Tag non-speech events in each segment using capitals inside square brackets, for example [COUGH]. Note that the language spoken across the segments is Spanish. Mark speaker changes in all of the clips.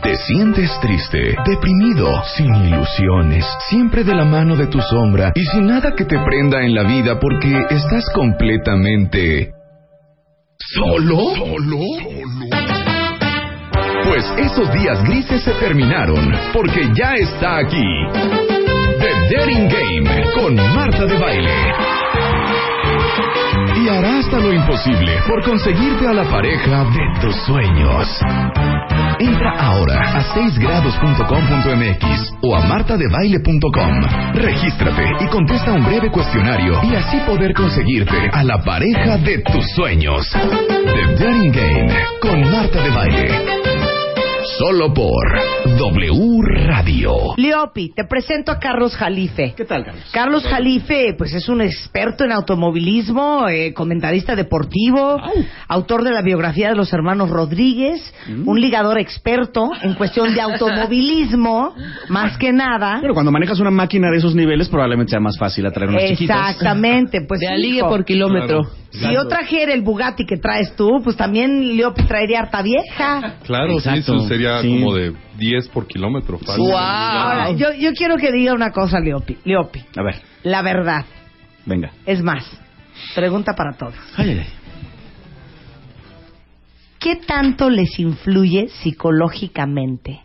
Speaker 1: ¿Te sientes triste, deprimido, sin ilusiones, siempre de la mano de tu sombra y sin nada que te prenda en la vida porque estás completamente ¿Solo? ¿Solo? Pues esos días grises se terminaron, porque ya está aquí. The Daring Game con Marta de Baile. Y hará hasta lo imposible por conseguirte a la pareja de tus sueños. Entra ahora a 6grados.com.mx o a martadebaile.com. Regístrate y contesta un breve cuestionario y así poder conseguirte a la pareja de tus sueños. The Daring Game con Marta de Baile. Solo por W Radio.
Speaker 2: Leopi, te presento a Carlos Jalife.
Speaker 3: ¿Qué tal, Carlos?
Speaker 2: Carlos Jalife, pues es un experto en automovilismo, eh, comentarista deportivo, autor de la biografía de los hermanos Rodríguez,
Speaker 3: Mm.
Speaker 2: un ligador experto en cuestión de
Speaker 3: [LAUGHS]
Speaker 2: automovilismo, más que nada.
Speaker 3: Pero cuando manejas una máquina de esos niveles, probablemente sea más fácil atraer unas chiquitas.
Speaker 2: Exactamente, pues
Speaker 4: De
Speaker 2: hijo,
Speaker 4: aligue por kilómetro.
Speaker 2: si yo trajera el Bugatti que traes tú, pues también Leopi traería harta vieja.
Speaker 5: Claro,
Speaker 3: Exacto,
Speaker 5: sí, eso sería
Speaker 3: sí.
Speaker 5: como de 10 por kilómetro. fácil.
Speaker 3: Ah.
Speaker 2: Ahora, yo, yo quiero que diga una cosa, Leopi. Leopi,
Speaker 3: A ver,
Speaker 2: la verdad.
Speaker 3: venga.
Speaker 2: Es más, pregunta para todos.
Speaker 3: Ay, ay, ay.
Speaker 2: ¿Qué tanto les influye psicológicamente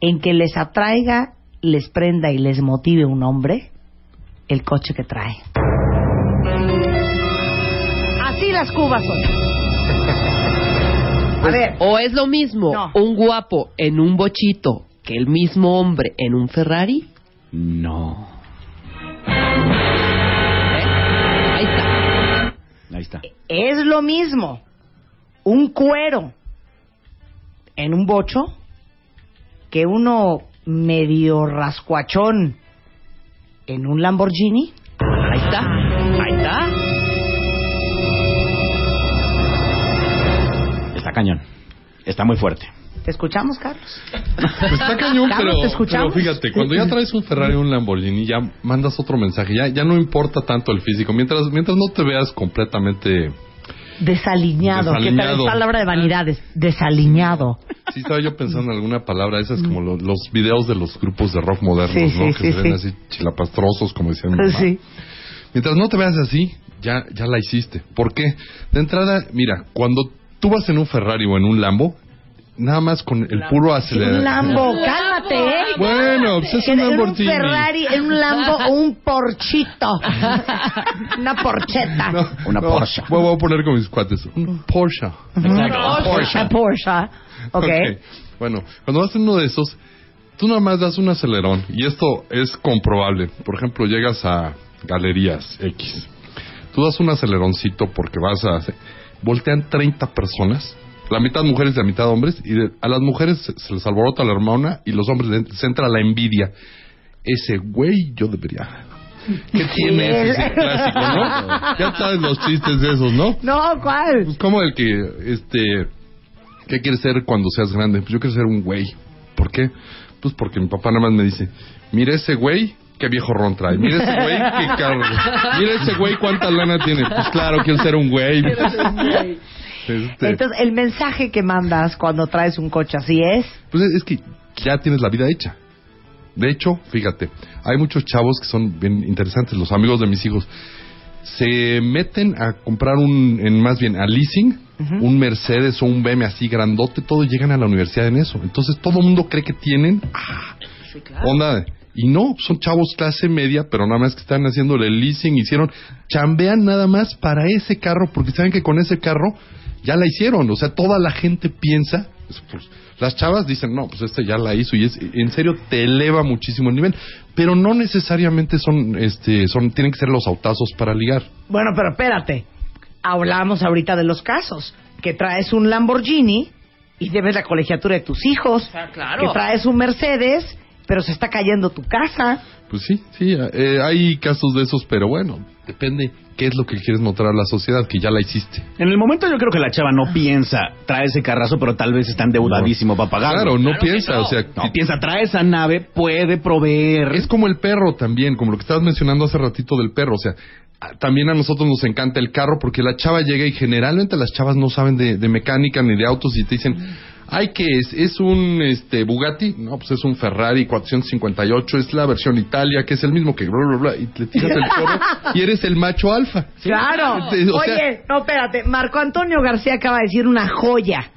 Speaker 2: en que les atraiga, les prenda y les motive un hombre el coche que trae? Así las cubas son. A ver,
Speaker 4: O es lo mismo
Speaker 2: No.
Speaker 4: un guapo
Speaker 2: [LAUGHS]
Speaker 4: en un bochito que el mismo hombre en un Ferrari.
Speaker 3: No.
Speaker 4: Ahí está.
Speaker 3: Ahí está.
Speaker 2: es lo mismo un cuero en un bocho que uno medio rascuachón en un Lamborghini.
Speaker 4: Ahí está. Ahí está.
Speaker 3: Está cañón. Está muy fuerte.
Speaker 2: ¿Te escuchamos, Carlos?
Speaker 5: Pues está cañón,
Speaker 2: Carlos,
Speaker 5: pero,
Speaker 2: te escuchamos.
Speaker 5: pero fíjate, cuando ya traes un Ferrari o un Lamborghini, ya mandas otro mensaje. Ya, ya no importa tanto el físico. Mientras, mientras no te veas completamente.
Speaker 2: Desaliñado. ¿Qué tal
Speaker 5: Desaliñado.
Speaker 2: es palabra de vanidades? Desaliñado.
Speaker 5: Sí, estaba yo pensando en alguna palabra. Esas como lo- los videos de los grupos de rock modernos,
Speaker 2: Mm. Sí,
Speaker 5: ¿no?
Speaker 2: sí,
Speaker 5: que
Speaker 2: sí,
Speaker 5: se ven
Speaker 2: sí. Pues
Speaker 5: así chilapastrosos, como decían. mi
Speaker 2: [LAUGHS]
Speaker 5: mamá.
Speaker 2: Sí.
Speaker 5: Mientras no te veas así, ya, ya la hiciste. ¿Por qué? De entrada, mira, cuando tú vas en un Ferrari o en un Lambo, nada más con el puro acelerador.
Speaker 2: Un Lambo, cálmate, ¿eh?
Speaker 5: Bueno, pues es
Speaker 2: Que
Speaker 5: un
Speaker 2: en un
Speaker 5: Lamborghini.
Speaker 2: Ferrari, en un Lambo o un
Speaker 5: [LAUGHS]
Speaker 2: Porchito. Una porcheta.
Speaker 5: No,
Speaker 3: Una
Speaker 5: no,
Speaker 3: Porsche.
Speaker 5: Voy, voy a poner con mis cuates. Un Porsche.
Speaker 2: Una Porsche.
Speaker 5: [LAUGHS]
Speaker 2: Porsche. ¿ah? [LAUGHS] Ok.
Speaker 5: Ok. Bueno, cuando vas en uno de esos, tú nada más das un acelerón. Y esto es comprobable. Por ejemplo, llegas a Galerías X. Tú das un aceleroncito porque vas a... Voltean 30 personas. La mitad mujeres, la mitad hombres. Y de- a las mujeres se, se les alborota la hormona y los hombres les, les entra la envidia. Ese güey yo debería... ¿Qué tiene ese? Es el clásico, ¿no? Ya sabes los chistes de esos, ¿no?
Speaker 2: No, ¿cuál?
Speaker 5: Pues como el que, este, ¿qué quieres ser cuando seas grande? Pues yo quiero ser un güey. ¿Por qué? Pues porque mi papá nada más me dice, mira ese güey, qué viejo ron trae. Mira ese güey, qué carro. [LAUGHS] Mira ese güey, cuánta lana tiene. Pues claro, quiero ser un güey. Este,
Speaker 2: Entonces, el mensaje que mandas cuando traes un coche así es...
Speaker 5: pues es que ya tienes la vida hecha. De hecho, fíjate, hay muchos chavos que son bien interesantes, los amigos de mis hijos. Se meten a comprar un, en más bien a leasing, un Mercedes o un BM así grandote, todos llegan a la universidad en eso. Entonces todo el mundo cree que tienen ah, onda. de- Y no, son chavos clase media, pero nada más que están haciéndole el leasing, hicieron, chambean nada más para ese carro, porque saben que con ese carro ya la hicieron. O sea, toda la gente piensa, pues, pues, las chavas dicen, no, pues este ya la hizo y es, en serio te eleva muchísimo el nivel. Pero no necesariamente son, este, son, tienen que ser los autazos para ligar.
Speaker 2: Bueno, pero espérate. Hablamos ahorita de los casos. Que traes un Lamborghini y debes la colegiatura de tus hijos,
Speaker 4: sea, claro.
Speaker 2: que traes un Mercedes, pero se está cayendo tu casa.
Speaker 6: Pues sí, sí, eh, hay casos de esos, pero bueno, depende qué es lo que quieres mostrar a la sociedad, que ya la hiciste.
Speaker 3: En el momento yo creo que la chava no piensa, trae ese carrazo, pero tal vez está endeudadísimo para pagarlo.
Speaker 6: Claro, no
Speaker 4: Claro que
Speaker 6: piensa,
Speaker 4: no.
Speaker 6: o sea,
Speaker 3: No, piensa, trae esa nave, puede proveer.
Speaker 6: es como el perro también, como lo que estabas mencionando hace ratito del perro, o sea, a- también a nosotros nos encanta el carro porque la chava llega y generalmente las chavas no saben de, de mecánica ni de autos y te dicen, ay, ¿qué es? ¿Es un este, Bugatti? No, pues es un Ferrari 458, es la versión Italia, que es el mismo que bla, bla, bla, y le tiras el
Speaker 4: [LAUGHS]
Speaker 6: chorro y eres el macho alfa.
Speaker 2: Claro.
Speaker 6: Entonces, o sea,
Speaker 2: Oye, no, espérate. Marco Antonio García acaba de decir una joya.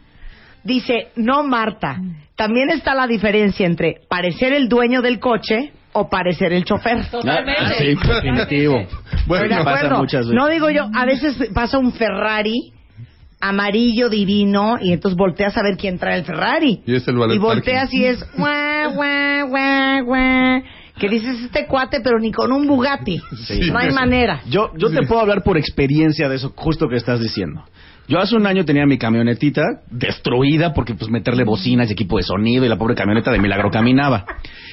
Speaker 2: Dice, no, Marta, también está la diferencia entre parecer el dueño del coche o parecer el chofer.
Speaker 3: Ah, sí,
Speaker 6: [LAUGHS]
Speaker 3: definitivo.
Speaker 2: Estoy de
Speaker 3: Bueno,
Speaker 4: pues,
Speaker 3: pasa
Speaker 2: acuerdo.
Speaker 3: muchas veces.
Speaker 2: No digo yo, a veces pasa un Ferrari amarillo divino y entonces volteas a ver quién trae el Ferrari.
Speaker 6: Y es el valet
Speaker 2: volteas
Speaker 6: parking.
Speaker 2: y es guau, guau, guau, guau. Que dices este cuate, pero ni con un Bugatti.
Speaker 6: Sí.
Speaker 2: no hay
Speaker 6: Sí.
Speaker 2: manera.
Speaker 3: Yo, yo te puedo hablar por experiencia de eso justo que estás diciendo. Yo hace un año tenía mi camionetita destruida porque pues meterle bocinas y equipo de sonido y la pobre camioneta de milagro caminaba.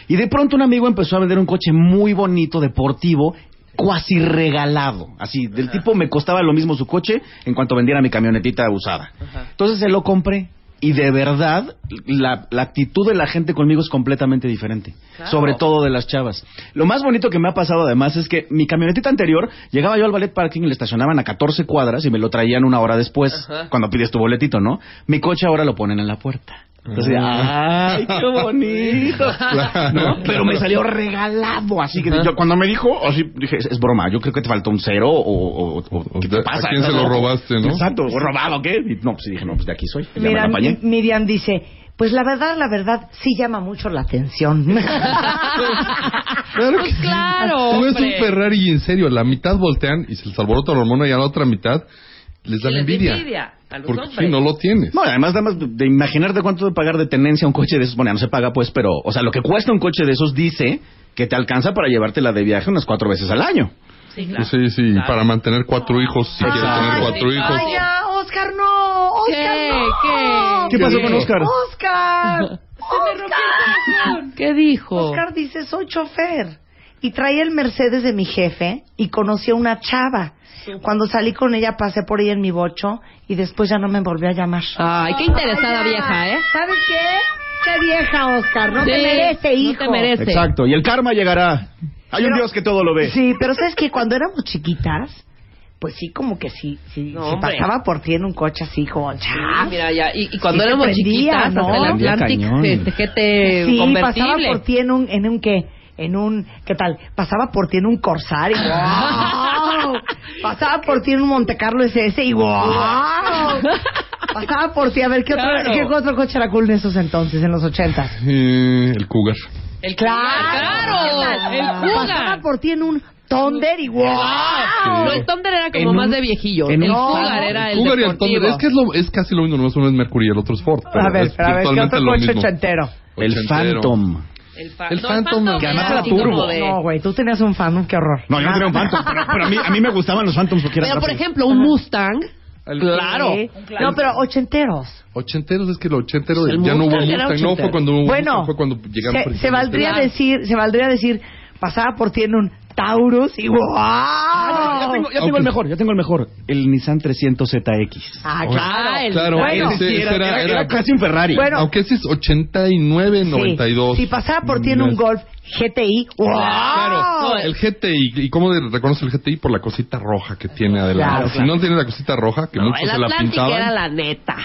Speaker 3: Y de pronto un amigo empezó a vender un coche muy bonito, deportivo, cuasi regalado. Así, del tipo me costaba lo mismo su coche en cuanto vendiera mi camionetita usada. Entonces se lo compré. Y de verdad, la, la actitud de la gente conmigo es completamente diferente. Sobre todo de las chavas. Lo más bonito que me ha pasado además es que mi camionetita anterior, llegaba yo al ballet parking y le estacionaban a 14 cuadras y me lo traían una hora después,
Speaker 4: Ajá.
Speaker 3: cuando pides tu boletito, ¿no? Mi coche ahora lo ponen en la puerta. Entonces,
Speaker 6: Ah.
Speaker 3: ¡ay, qué
Speaker 6: [LAUGHS]
Speaker 3: bonito! ¿No? Pero me salió regalado, así que yo cuando me dijo, así dije, es, es broma, yo creo que te faltó un cero o, o, o- o- ¿qué te
Speaker 6: ¿A
Speaker 3: pasa?
Speaker 6: quién se lo robaste, no?
Speaker 3: Exacto, ¿o robado o qué? Y no, pues dije, no, pues de aquí soy. Ya me la
Speaker 2: Mira,
Speaker 3: apañé.
Speaker 2: M- Miriam dice, pues la verdad, la verdad, sí llama mucho la atención.
Speaker 6: [LAUGHS] Claro
Speaker 4: Pues
Speaker 6: que sí.
Speaker 4: claro,
Speaker 6: Tú ves
Speaker 4: hombre.
Speaker 6: un Ferrari y en serio, la mitad voltean y se les alborota la hormona y a la otra mitad
Speaker 4: les
Speaker 6: les dan
Speaker 4: da
Speaker 6: pues, envidia.
Speaker 4: envidia a los
Speaker 6: porque
Speaker 4: hombres.
Speaker 6: si no lo tienes.
Speaker 3: No, y además nada más de- de imaginarte cuánto de pagar de tenencia un coche de esos, bueno, ya no se paga pues, pero, o sea, lo que cuesta un coche de esos dice que te alcanza para llevártela de viaje unas cuatro veces al año.
Speaker 4: Sí, claro.
Speaker 6: sí, sí,
Speaker 4: Claro.
Speaker 6: para mantener cuatro hijos, si quieres
Speaker 3: Ay,
Speaker 6: tener
Speaker 3: sí,
Speaker 6: cuatro
Speaker 4: ay,
Speaker 6: hijos.
Speaker 2: Ay, ya, Oscar, no. Oscar,
Speaker 4: ¿Qué?
Speaker 2: no.
Speaker 4: ¿Qué?
Speaker 3: ¿Qué pasó con Oscar?
Speaker 4: [LAUGHS]
Speaker 2: Oscar. Oscar.
Speaker 4: ¿Qué dijo?
Speaker 2: Oscar dice, soy chofer. Y traía el Mercedes de mi jefe y conocí a una chava. Cuando salí con ella pasé por ella en mi bocho y después ya no me volvió a llamar.
Speaker 4: Ay, qué interesada
Speaker 2: Ay, ya.
Speaker 4: vieja, ¿eh?
Speaker 2: ¿Sabes qué? Qué vieja, Oscar. No
Speaker 4: Sí,
Speaker 2: te merece, hijo.
Speaker 4: No te merece.
Speaker 3: Exacto, y el karma llegará. Hay un
Speaker 2: Pero-
Speaker 3: Dios que todo lo ve.
Speaker 2: Sí, pero sabes que cuando éramos chiquitas, pues sí, como que sí, sí,
Speaker 4: No,
Speaker 2: se
Speaker 4: hombre.
Speaker 2: pasaba por ti en un coche así, como
Speaker 4: Sí,
Speaker 2: chas.
Speaker 4: Ah, mira, ya. Y, y cuando
Speaker 2: Sí te
Speaker 4: éramos
Speaker 2: prendía,
Speaker 4: chiquitas,
Speaker 2: ¿no?
Speaker 4: hasta el
Speaker 3: Prendía
Speaker 4: Atlantic
Speaker 3: cañón.
Speaker 4: este, GT
Speaker 2: Sí, pasaba
Speaker 4: convertible.
Speaker 2: por ti en un, en un qué, en un, ¿qué tal? Pasaba por ti en un
Speaker 4: [LAUGHS]
Speaker 2: Corsair y wow. Pasaba por ti en un Monte Carlo SS y wow. Pasaba por ti, a ver, ¿qué, otro,
Speaker 4: Claro.
Speaker 2: ¿qué otro coche era cool en esos entonces, en los ochentas?
Speaker 6: Eh, el cougar.
Speaker 4: El Ah, claro, el
Speaker 2: Ah, Pasaba
Speaker 4: Cougar. Ah,
Speaker 2: por ti en un Thunder y wow.
Speaker 4: No, el Thunder era como
Speaker 3: En
Speaker 4: más
Speaker 3: un-
Speaker 4: de viejillo.
Speaker 3: en
Speaker 4: el
Speaker 3: un-
Speaker 4: Cougar era el
Speaker 6: Cougar y el
Speaker 4: deportivo.
Speaker 6: Thunder, es que es, lo- es casi lo mismo, nomás uno es Mercury y el otro es Ford. pero
Speaker 2: A ver,
Speaker 6: es
Speaker 2: a ver, ¿qué
Speaker 6: virtualmente
Speaker 2: otro
Speaker 6: lo
Speaker 2: coche
Speaker 6: mismo.
Speaker 2: ochentero?
Speaker 3: El
Speaker 6: Ochentero.
Speaker 3: Phantom.
Speaker 4: El, fa-
Speaker 6: El
Speaker 4: no,
Speaker 6: Phantom, que
Speaker 4: era
Speaker 3: además era
Speaker 4: así como
Speaker 3: turbo.
Speaker 4: de-
Speaker 2: No, güey, tú tenías un fan, qué horror.
Speaker 3: No, yo no tenía un
Speaker 6: [LAUGHS]
Speaker 3: Phantom, pero, pero a, mí, a mí me gustaban los Phantoms porque eran
Speaker 4: Pero, por
Speaker 3: rápidos.
Speaker 4: ejemplo, un Mustang.
Speaker 6: El-
Speaker 4: Claro.
Speaker 2: Sí. No, pero ochenteros.
Speaker 6: Ochenteros, es que el ochentero
Speaker 4: El
Speaker 6: ya no hubo
Speaker 4: Mustang era
Speaker 6: Mustang, no fue
Speaker 4: ochentero.
Speaker 6: cuando hubo
Speaker 2: Bueno,
Speaker 6: Mustang, fue cuando llegaron
Speaker 2: se, se valdría
Speaker 4: Claro.
Speaker 2: decir, se valdría decir, pasaba por ti en un Taurus y ¡wow!
Speaker 3: Ah, no, ya tengo, ya tengo
Speaker 6: Ok.
Speaker 3: el mejor, ya tengo el mejor. El Nissan 300ZX.
Speaker 2: Ah, claro.
Speaker 4: Ah, el-
Speaker 6: Claro,
Speaker 2: Bueno.
Speaker 6: ese- ese
Speaker 3: era,
Speaker 6: era-
Speaker 3: era
Speaker 6: era-
Speaker 3: casi un Ferrari.
Speaker 2: Bueno.
Speaker 6: Aunque ese es 89, 92.
Speaker 2: Sí, Si pasaba por ti en un
Speaker 6: No es-
Speaker 2: Golf GTI, ¡wow!
Speaker 4: Claro.
Speaker 6: El GTI, ¿y cómo de- reconoce el GTI? Por la cosita roja que tiene adelante.
Speaker 2: Claro,
Speaker 6: Si no tiene la cosita roja, que
Speaker 4: No,
Speaker 6: muchos
Speaker 4: el
Speaker 6: se la
Speaker 4: Atlantic era
Speaker 6: pintaban.
Speaker 4: la neta.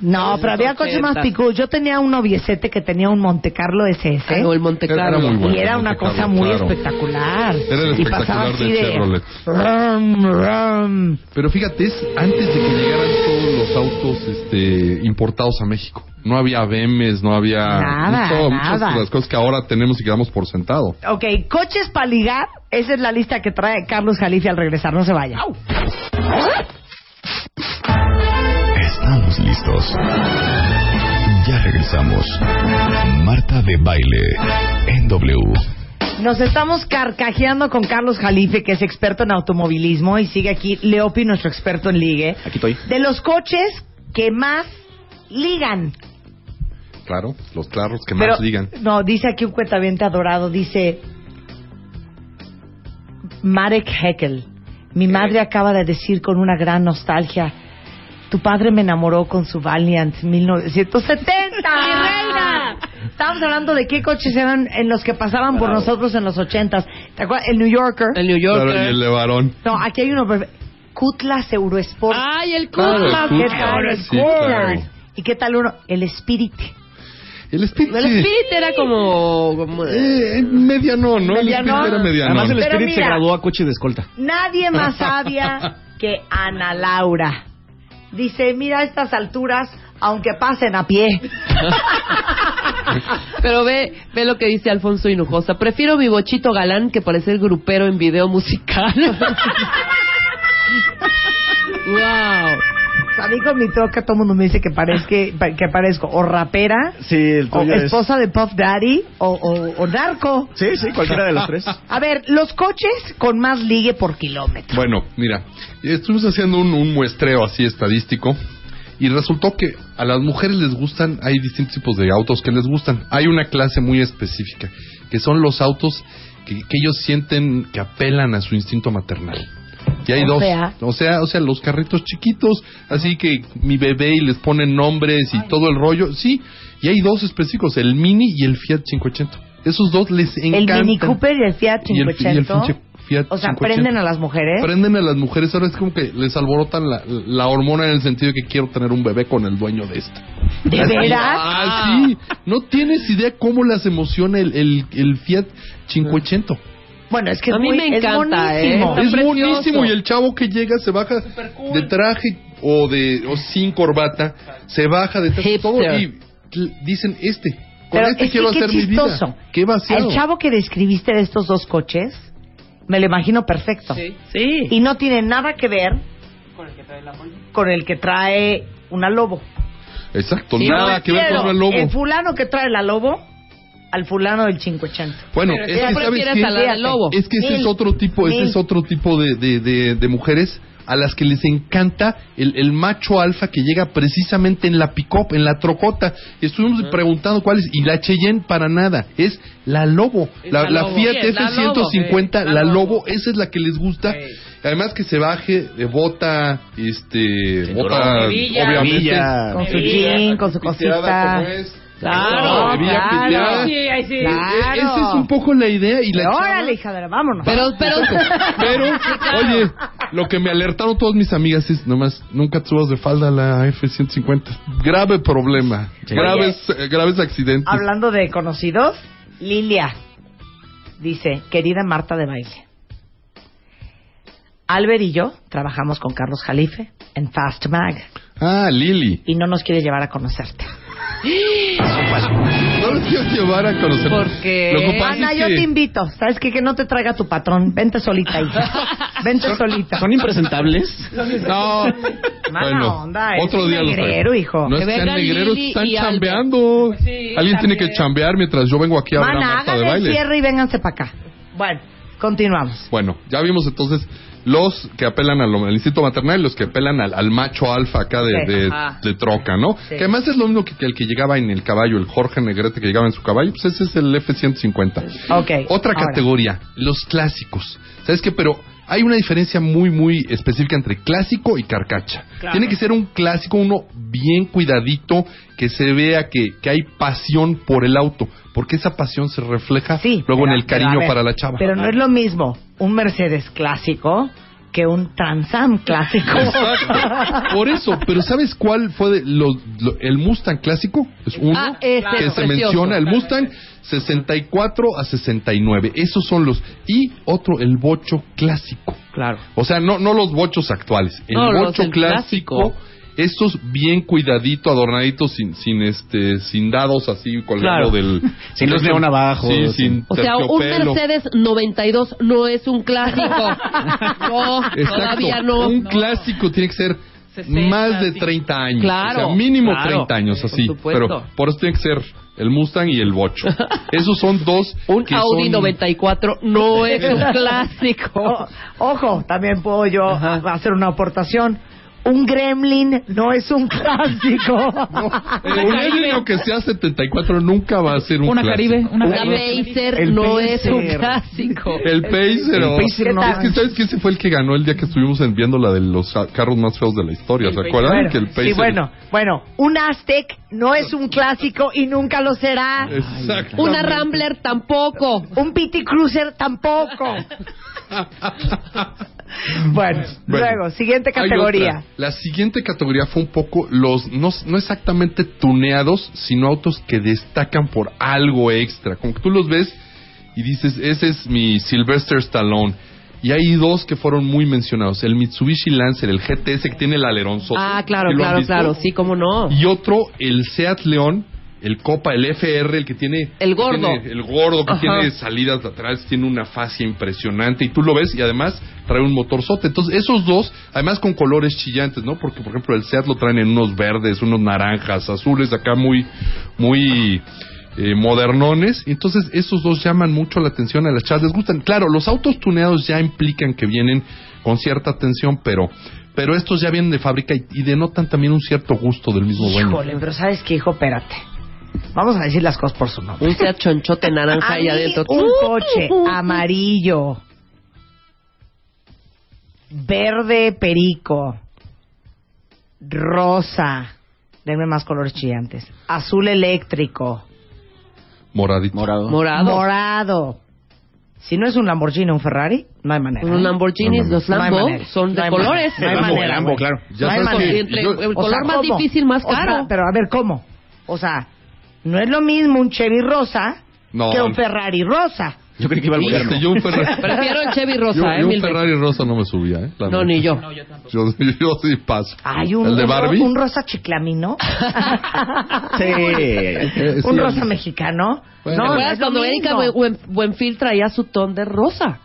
Speaker 2: No,
Speaker 4: Los
Speaker 2: pero había coches más
Speaker 4: 80s.
Speaker 2: picú. Yo tenía un noviecete que tenía un Monte Carlo SS.
Speaker 4: Ah, no, el Monte
Speaker 6: Era- era
Speaker 4: Carlo.
Speaker 6: muy bueno.
Speaker 2: y era una
Speaker 6: Monte Carlo,
Speaker 2: cosa muy
Speaker 6: claro.
Speaker 2: espectacular.
Speaker 6: Era el
Speaker 2: y pasaba
Speaker 6: espectacular
Speaker 2: así
Speaker 6: de Chevrolet.
Speaker 2: rum, rum.
Speaker 6: Pero fíjate, es antes de que llegaran todos los autos este, importados a México. No había BMWs, no había...
Speaker 2: Nada, nada.
Speaker 6: no, Muchas de las cosas que ahora tenemos y que damos por sentado.
Speaker 2: Ok, coches para ligar. Esa es la lista que trae Carlos Jalife al regresar. No se vaya.
Speaker 5: Estamos listos. Ya regresamos. Marta de Baile en W.
Speaker 2: Nos estamos carcajeando con Carlos Jalife, que es experto en automovilismo, y sigue aquí Leopi, nuestro experto en ligue.
Speaker 3: Aquí estoy.
Speaker 2: De los coches que más ligan.
Speaker 6: Claro, pues, los claros que más digan.
Speaker 2: No, dice aquí un cuentaviente adorado, dice Marek Heckel. Mi madre acaba de decir con una gran nostalgia, tu padre me enamoró con su Valiant 1970. ¡Mi reina! Estábamos hablando de qué coches eran en los que pasaban por nosotros en los 80s. ¿Te acuerdas? El New Yorker.
Speaker 4: El New Yorker.
Speaker 6: Claro, y el de varón.
Speaker 2: No, aquí hay uno. perfe- Cutlass Eurosport.
Speaker 4: ¡Ay, el
Speaker 6: Claro,
Speaker 4: Cutlass!
Speaker 2: Ah,
Speaker 6: el
Speaker 2: ¿Qué
Speaker 6: Cutlass.
Speaker 2: tal el
Speaker 6: sí, claro.
Speaker 2: Cutlass? ¿Y qué tal uno? El Spirit.
Speaker 6: El espíritu.
Speaker 4: El Spirit era como... como-
Speaker 6: Eh, eh, mediano, ¿no?
Speaker 2: Medianón.
Speaker 6: El espíritu era
Speaker 3: Además,
Speaker 6: mediano.
Speaker 3: el
Speaker 2: Pero
Speaker 3: Spirit se
Speaker 2: mira.
Speaker 3: graduó a coche de escolta.
Speaker 2: Nadie
Speaker 6: [LAUGHS]
Speaker 2: más sabia que Ana Laura. Dice, mira a estas alturas, aunque pasen a pie.
Speaker 4: Pero ve, ve lo que dice Alfonso Hinojosa. Prefiero mi bochito galán que parecer grupero en video musical. [LAUGHS] wow.
Speaker 2: A mí con mi troca todo el mundo me dice que, parezque, pa- que parezco o rapera,
Speaker 3: Sí, el
Speaker 2: o
Speaker 3: tuyo es...
Speaker 2: esposa de Puff Daddy, o, o- o narco.
Speaker 3: Sí, sí, cualquiera de las tres. [LAUGHS]
Speaker 2: A ver, los coches con más ligue por kilómetro.
Speaker 6: Bueno, mira, estuvimos haciendo un, un muestreo así estadístico y resultó que a las mujeres les gustan, hay distintos tipos de autos que les gustan. Hay una clase muy específica, que son los autos que, que ellos sienten que apelan a su instinto maternal. Y hay
Speaker 2: O
Speaker 6: dos,
Speaker 2: sea.
Speaker 6: o sea, o sea, los carritos chiquitos, así que mi bebé y les ponen nombres y todo el rollo, sí. Y hay dos específicos, el Mini y el Fiat 580. Esos dos les
Speaker 2: el
Speaker 6: encantan.
Speaker 2: Mini Cooper y el Fiat
Speaker 6: Y el- y el
Speaker 2: 580.
Speaker 6: pinche Fiat
Speaker 2: o sea,
Speaker 6: 580.
Speaker 2: prenden a las mujeres.
Speaker 6: Prenden a las mujeres, ahora es como que les alborotan la, la hormona en el sentido de que quiero tener un bebé con el dueño de esta.
Speaker 2: ¿De
Speaker 6: Así,
Speaker 2: veras?
Speaker 6: Ah, sí. No tienes idea cómo las emociona el, el, el Fiat 580.
Speaker 2: Ah. Bueno, es que
Speaker 4: A
Speaker 2: es
Speaker 4: mí
Speaker 2: muy-
Speaker 4: me
Speaker 2: es
Speaker 4: encanta, ¿eh?
Speaker 2: monísimo.
Speaker 4: Está
Speaker 6: es
Speaker 4: precioso.
Speaker 6: buenísimo y el chavo que llega se baja de traje o de o sin corbata, se baja de traje
Speaker 4: Hipster.
Speaker 6: todo y l- dicen este, con
Speaker 2: Pero
Speaker 6: este
Speaker 2: es que
Speaker 6: quiero
Speaker 2: qué
Speaker 6: hacer mi
Speaker 2: chistoso.
Speaker 6: vida. Qué vaciado.
Speaker 2: El chavo que describiste de estos dos coches, me lo imagino perfecto.
Speaker 4: Sí.
Speaker 2: Y no tiene nada que ver con el que trae una lobo.
Speaker 6: Exacto,
Speaker 4: Sí,
Speaker 6: nada
Speaker 4: me
Speaker 6: que ver con el lobo.
Speaker 2: El fulano que trae la lobo al fulano del 580.
Speaker 6: Bueno,
Speaker 4: Pero
Speaker 6: es
Speaker 4: ya
Speaker 6: que sabes
Speaker 4: prefieres
Speaker 6: qué?
Speaker 4: a la del lobo.
Speaker 6: Es que ese
Speaker 2: Mil,
Speaker 6: es otro tipo, ese
Speaker 2: mil.
Speaker 6: es otro tipo de, de, de, de mujeres a las que les encanta el, el macho alfa que llega precisamente en la pick-up, en la trocota. Estuvimos preguntando cuál es, y la Cheyenne para nada, es la Lobo.
Speaker 4: Es
Speaker 6: La,
Speaker 4: la
Speaker 6: la
Speaker 4: Lobo.
Speaker 6: Fiat
Speaker 4: Sí, es la
Speaker 6: F-150,
Speaker 4: Lobo,
Speaker 6: la,
Speaker 4: sí, la
Speaker 6: Lobo.
Speaker 4: Lobo,
Speaker 6: esa es la que les gusta.
Speaker 4: Sí.
Speaker 6: Además que se baje de bota, este,
Speaker 3: Cinturón.
Speaker 6: bota,
Speaker 4: Hebilla.
Speaker 6: obviamente.
Speaker 3: Hebilla.
Speaker 2: Con su
Speaker 4: Hebilla,
Speaker 2: jean, con su
Speaker 6: piteada
Speaker 2: cosita.
Speaker 6: como es.
Speaker 4: Claro,
Speaker 6: Hebilla
Speaker 2: claro.
Speaker 6: piteada.
Speaker 4: Sí, ahí sí.
Speaker 2: Claro.
Speaker 6: E- Esa es un poco la idea y la chava-
Speaker 2: Órale, hija de la, vámonos.
Speaker 4: Pero, pero...
Speaker 6: Pero, oye, lo que me alertaron todas mis amigas es, nomás, nunca te subas de falda a la F-150. Grave problema.
Speaker 3: Sí.
Speaker 6: Graves, eh, graves accidentes.
Speaker 2: Hablando de conocidos, Lilia dice, querida Marta de Baile, Albert y yo trabajamos con Carlos Jalife en Fast Mag
Speaker 6: Ah, Lili.
Speaker 2: y no nos quiere llevar a conocerte.
Speaker 6: No los quiero llevar a conocer.
Speaker 4: ¿Por qué?
Speaker 6: Lo que pasa
Speaker 2: Ana,
Speaker 6: es
Speaker 2: yo
Speaker 6: que-
Speaker 2: te invito. ¿Sabes qué? Que no te traiga tu patrón. Vente solita, hija. Vente solita.
Speaker 3: ¿Son impresentables?
Speaker 6: [LAUGHS] No.
Speaker 2: Mala
Speaker 6: bueno,
Speaker 2: onda, eres
Speaker 6: otro
Speaker 2: un
Speaker 6: día lo traigo.
Speaker 2: negrero, hijo.
Speaker 6: No
Speaker 4: Que
Speaker 6: es que
Speaker 4: venga
Speaker 6: negreros
Speaker 4: Lili
Speaker 6: están
Speaker 4: y Albert.
Speaker 6: chambeando.
Speaker 4: Pues sí,
Speaker 6: Alguien tiene
Speaker 4: también.
Speaker 6: que chambear mientras yo vengo aquí a hablar a
Speaker 2: Mana,
Speaker 6: Marta de
Speaker 2: hagan el
Speaker 6: baile.
Speaker 2: cierre y vénganse para acá. Bueno, continuamos.
Speaker 6: Bueno, ya vimos entonces los que apelan al, al instinto maternal y los que apelan al, al macho alfa acá de,
Speaker 2: Sí,
Speaker 6: de-
Speaker 4: ajá.
Speaker 6: de troca, ¿no?
Speaker 2: Sí.
Speaker 6: Que además es lo mismo que, que el que llegaba en el caballo, el Jorge Negrete que llegaba en su caballo, pues ese es el F-150.
Speaker 2: Ok.
Speaker 6: Otra
Speaker 2: ahora.
Speaker 6: categoría, los clásicos. ¿Sabes qué? Pero hay una diferencia muy, muy específica entre clásico y carcacha. Tiene que ser un clásico, uno bien cuidadito, que se vea que, que hay pasión por el auto, porque esa pasión se refleja
Speaker 2: Sí,
Speaker 6: luego
Speaker 2: pero-
Speaker 6: en el
Speaker 2: pero,
Speaker 6: cariño
Speaker 2: a ver,
Speaker 6: para la chava.
Speaker 2: Pero no es lo mismo un Mercedes clásico que un Transam clásico. [LAUGHS]
Speaker 6: Exacto. Por eso, pero ¿sabes cuál fue de los- lo- el Mustang clásico? Es uno
Speaker 4: Ah,
Speaker 6: que
Speaker 4: ese es
Speaker 6: se
Speaker 4: precioso.
Speaker 6: menciona, el Mustang 64 a 69. Esos son los. Y otro, el bocho clásico.
Speaker 4: Claro.
Speaker 6: O sea, no, no los bochos actuales. El
Speaker 4: No, los
Speaker 6: bocho
Speaker 4: del
Speaker 6: clásico,
Speaker 4: clásico.
Speaker 6: Estos bien cuidadito, adornaditos, sin, sin este, sin dados así
Speaker 4: Claro.
Speaker 6: colgando del.
Speaker 3: Sin los león abajo,
Speaker 6: Sí,
Speaker 3: sin-
Speaker 6: sin
Speaker 4: O sea, un
Speaker 6: terciopelo.
Speaker 4: Mercedes 92 no es un [LAUGHS] clásico. No,
Speaker 6: Exacto.
Speaker 4: todavía no.
Speaker 6: Un clásico tiene que ser
Speaker 4: 60,
Speaker 6: más de
Speaker 4: sí.
Speaker 6: 30 años.
Speaker 4: Claro,
Speaker 6: O sea, mínimo
Speaker 4: claro.
Speaker 6: 30 años,
Speaker 4: Por
Speaker 6: así.
Speaker 4: supuesto.
Speaker 6: Pero por eso tiene que ser el Mustang y
Speaker 4: [LAUGHS]
Speaker 6: el Bocho. Esos son dos
Speaker 4: Un
Speaker 6: que
Speaker 4: Audi
Speaker 6: son-
Speaker 4: 94
Speaker 2: [LAUGHS]
Speaker 4: no es un clásico.
Speaker 2: O- ojo, también puedo yo
Speaker 4: Ajá.
Speaker 2: hacer una aportación. un gremlin no es un
Speaker 6: [LAUGHS]
Speaker 2: clásico.
Speaker 4: Ah,
Speaker 6: El gremlin que sea 74 nunca va a ser un
Speaker 7: Una
Speaker 6: clásico.
Speaker 7: Caribe, una
Speaker 4: La
Speaker 7: Caribe.
Speaker 4: Pacer
Speaker 3: El
Speaker 4: no
Speaker 3: Pacer.
Speaker 4: es un clásico.
Speaker 6: El Pacer.
Speaker 3: El
Speaker 6: o-
Speaker 3: Pacer no
Speaker 6: Es que
Speaker 3: manches.
Speaker 6: sabes que ese fue el que ganó el día que estuvimos en- viendo la de los ah, carros más feos de la historia. ¿Se acuerdan? que el Pacer.
Speaker 2: sí, bueno, bueno, un Aztec no es un clásico y nunca lo será.
Speaker 6: Eh. Exacto.
Speaker 4: Una Rambler tampoco.
Speaker 2: Un PT Cruiser
Speaker 6: [LAUGHS]
Speaker 2: tampoco. Bueno,
Speaker 6: Bueno.
Speaker 2: luego, siguiente
Speaker 6: Hay
Speaker 2: categoría.
Speaker 6: otra. La siguiente categoría fue un poco los, no, no exactamente tuneados, sino autos que destacan por algo extra. Como que tú los ves y dices, ese es mi Sylvester Stallone. Y hay dos que fueron muy mencionados. El Mitsubishi Lancer, el GTS que tiene el alerón soso.
Speaker 4: Ah, claro,
Speaker 6: ¿Sí lo han
Speaker 4: claro,
Speaker 6: visto?
Speaker 4: claro. Sí, cómo no.
Speaker 6: Y otro, el Seat León, el Copa, el FR, el que tiene...
Speaker 4: El
Speaker 6: que
Speaker 4: gordo.
Speaker 6: tiene- el gordo, que
Speaker 4: Ajá.
Speaker 6: tiene salidas laterales, tiene una fascia impresionante. Y tú lo ves y además trae un motorzote. Entonces, esos dos, además con colores chillantes, ¿no? Porque, por ejemplo, el Seat lo traen en unos verdes, unos naranjas, azules, acá muy... muy eh, modernones, entonces esos dos llaman mucho la atención a las chavas, les gustan. Claro, los autos tuneados ya implican que vienen con cierta atención, pero pero estos ya vienen de fábrica y, y denotan también un cierto gusto del mismo dueño.
Speaker 2: Híjole, pero ¿sabes qué, hijo? Espérate. Vamos a decir las cosas por su nombre.
Speaker 4: Un Seat chonchote naranja
Speaker 2: A
Speaker 4: y
Speaker 2: mí,
Speaker 4: adentro. Uh,
Speaker 2: un coche amarillo, verde perico, rosa, denme más colores chillantes, azul eléctrico,
Speaker 6: Moradito.
Speaker 3: Morado.
Speaker 4: Morado.
Speaker 2: morado. Si no es un Lamborghini o un Ferrari, no hay manera. ¿eh?
Speaker 4: Los Lamborghinis, los
Speaker 2: No hay
Speaker 4: Lambo,
Speaker 2: manera.
Speaker 4: son de
Speaker 2: No hay
Speaker 4: colores.
Speaker 2: manera. No hay
Speaker 3: Lambo,
Speaker 2: manera,
Speaker 3: Lambo,
Speaker 2: güey.
Speaker 3: claro.
Speaker 6: Ya
Speaker 2: No hay
Speaker 6: sabes
Speaker 2: manera.
Speaker 6: que
Speaker 4: Entre
Speaker 6: yo-
Speaker 4: el
Speaker 2: O
Speaker 4: color
Speaker 2: sea,
Speaker 4: más
Speaker 2: ¿cómo?
Speaker 4: difícil, más
Speaker 2: O sea,
Speaker 4: caro.
Speaker 2: pero a ver, ¿cómo? O sea, no es lo mismo un Chevy rosa
Speaker 6: No.
Speaker 2: que un Ferrari rosa.
Speaker 3: Yo creí que iba al gobierno.
Speaker 6: Este, yo un Ferrari,
Speaker 4: Prefiero el Chevy
Speaker 6: yo-
Speaker 4: rosa,
Speaker 6: yo
Speaker 4: ¿eh?
Speaker 6: un
Speaker 4: mil veces.
Speaker 6: Ferrari rosa no me subía, ¿eh? La
Speaker 4: No,
Speaker 6: neta.
Speaker 4: ni yo.
Speaker 6: Yo, [LAUGHS] yo sí paso.
Speaker 2: Hay un,
Speaker 6: ¿El de
Speaker 2: un ro-
Speaker 6: Barbie?
Speaker 2: un rosa
Speaker 6: [LAUGHS]
Speaker 2: chiclamino.
Speaker 3: Sí.
Speaker 2: un
Speaker 6: Sí.
Speaker 2: rosa mexicano.
Speaker 6: Bueno.
Speaker 4: ¿Te
Speaker 2: no,
Speaker 4: acuerdas
Speaker 2: es lo
Speaker 4: cuando Erika
Speaker 2: mismo.
Speaker 4: Buen- Buen- Buenfil traía su ton de rosa?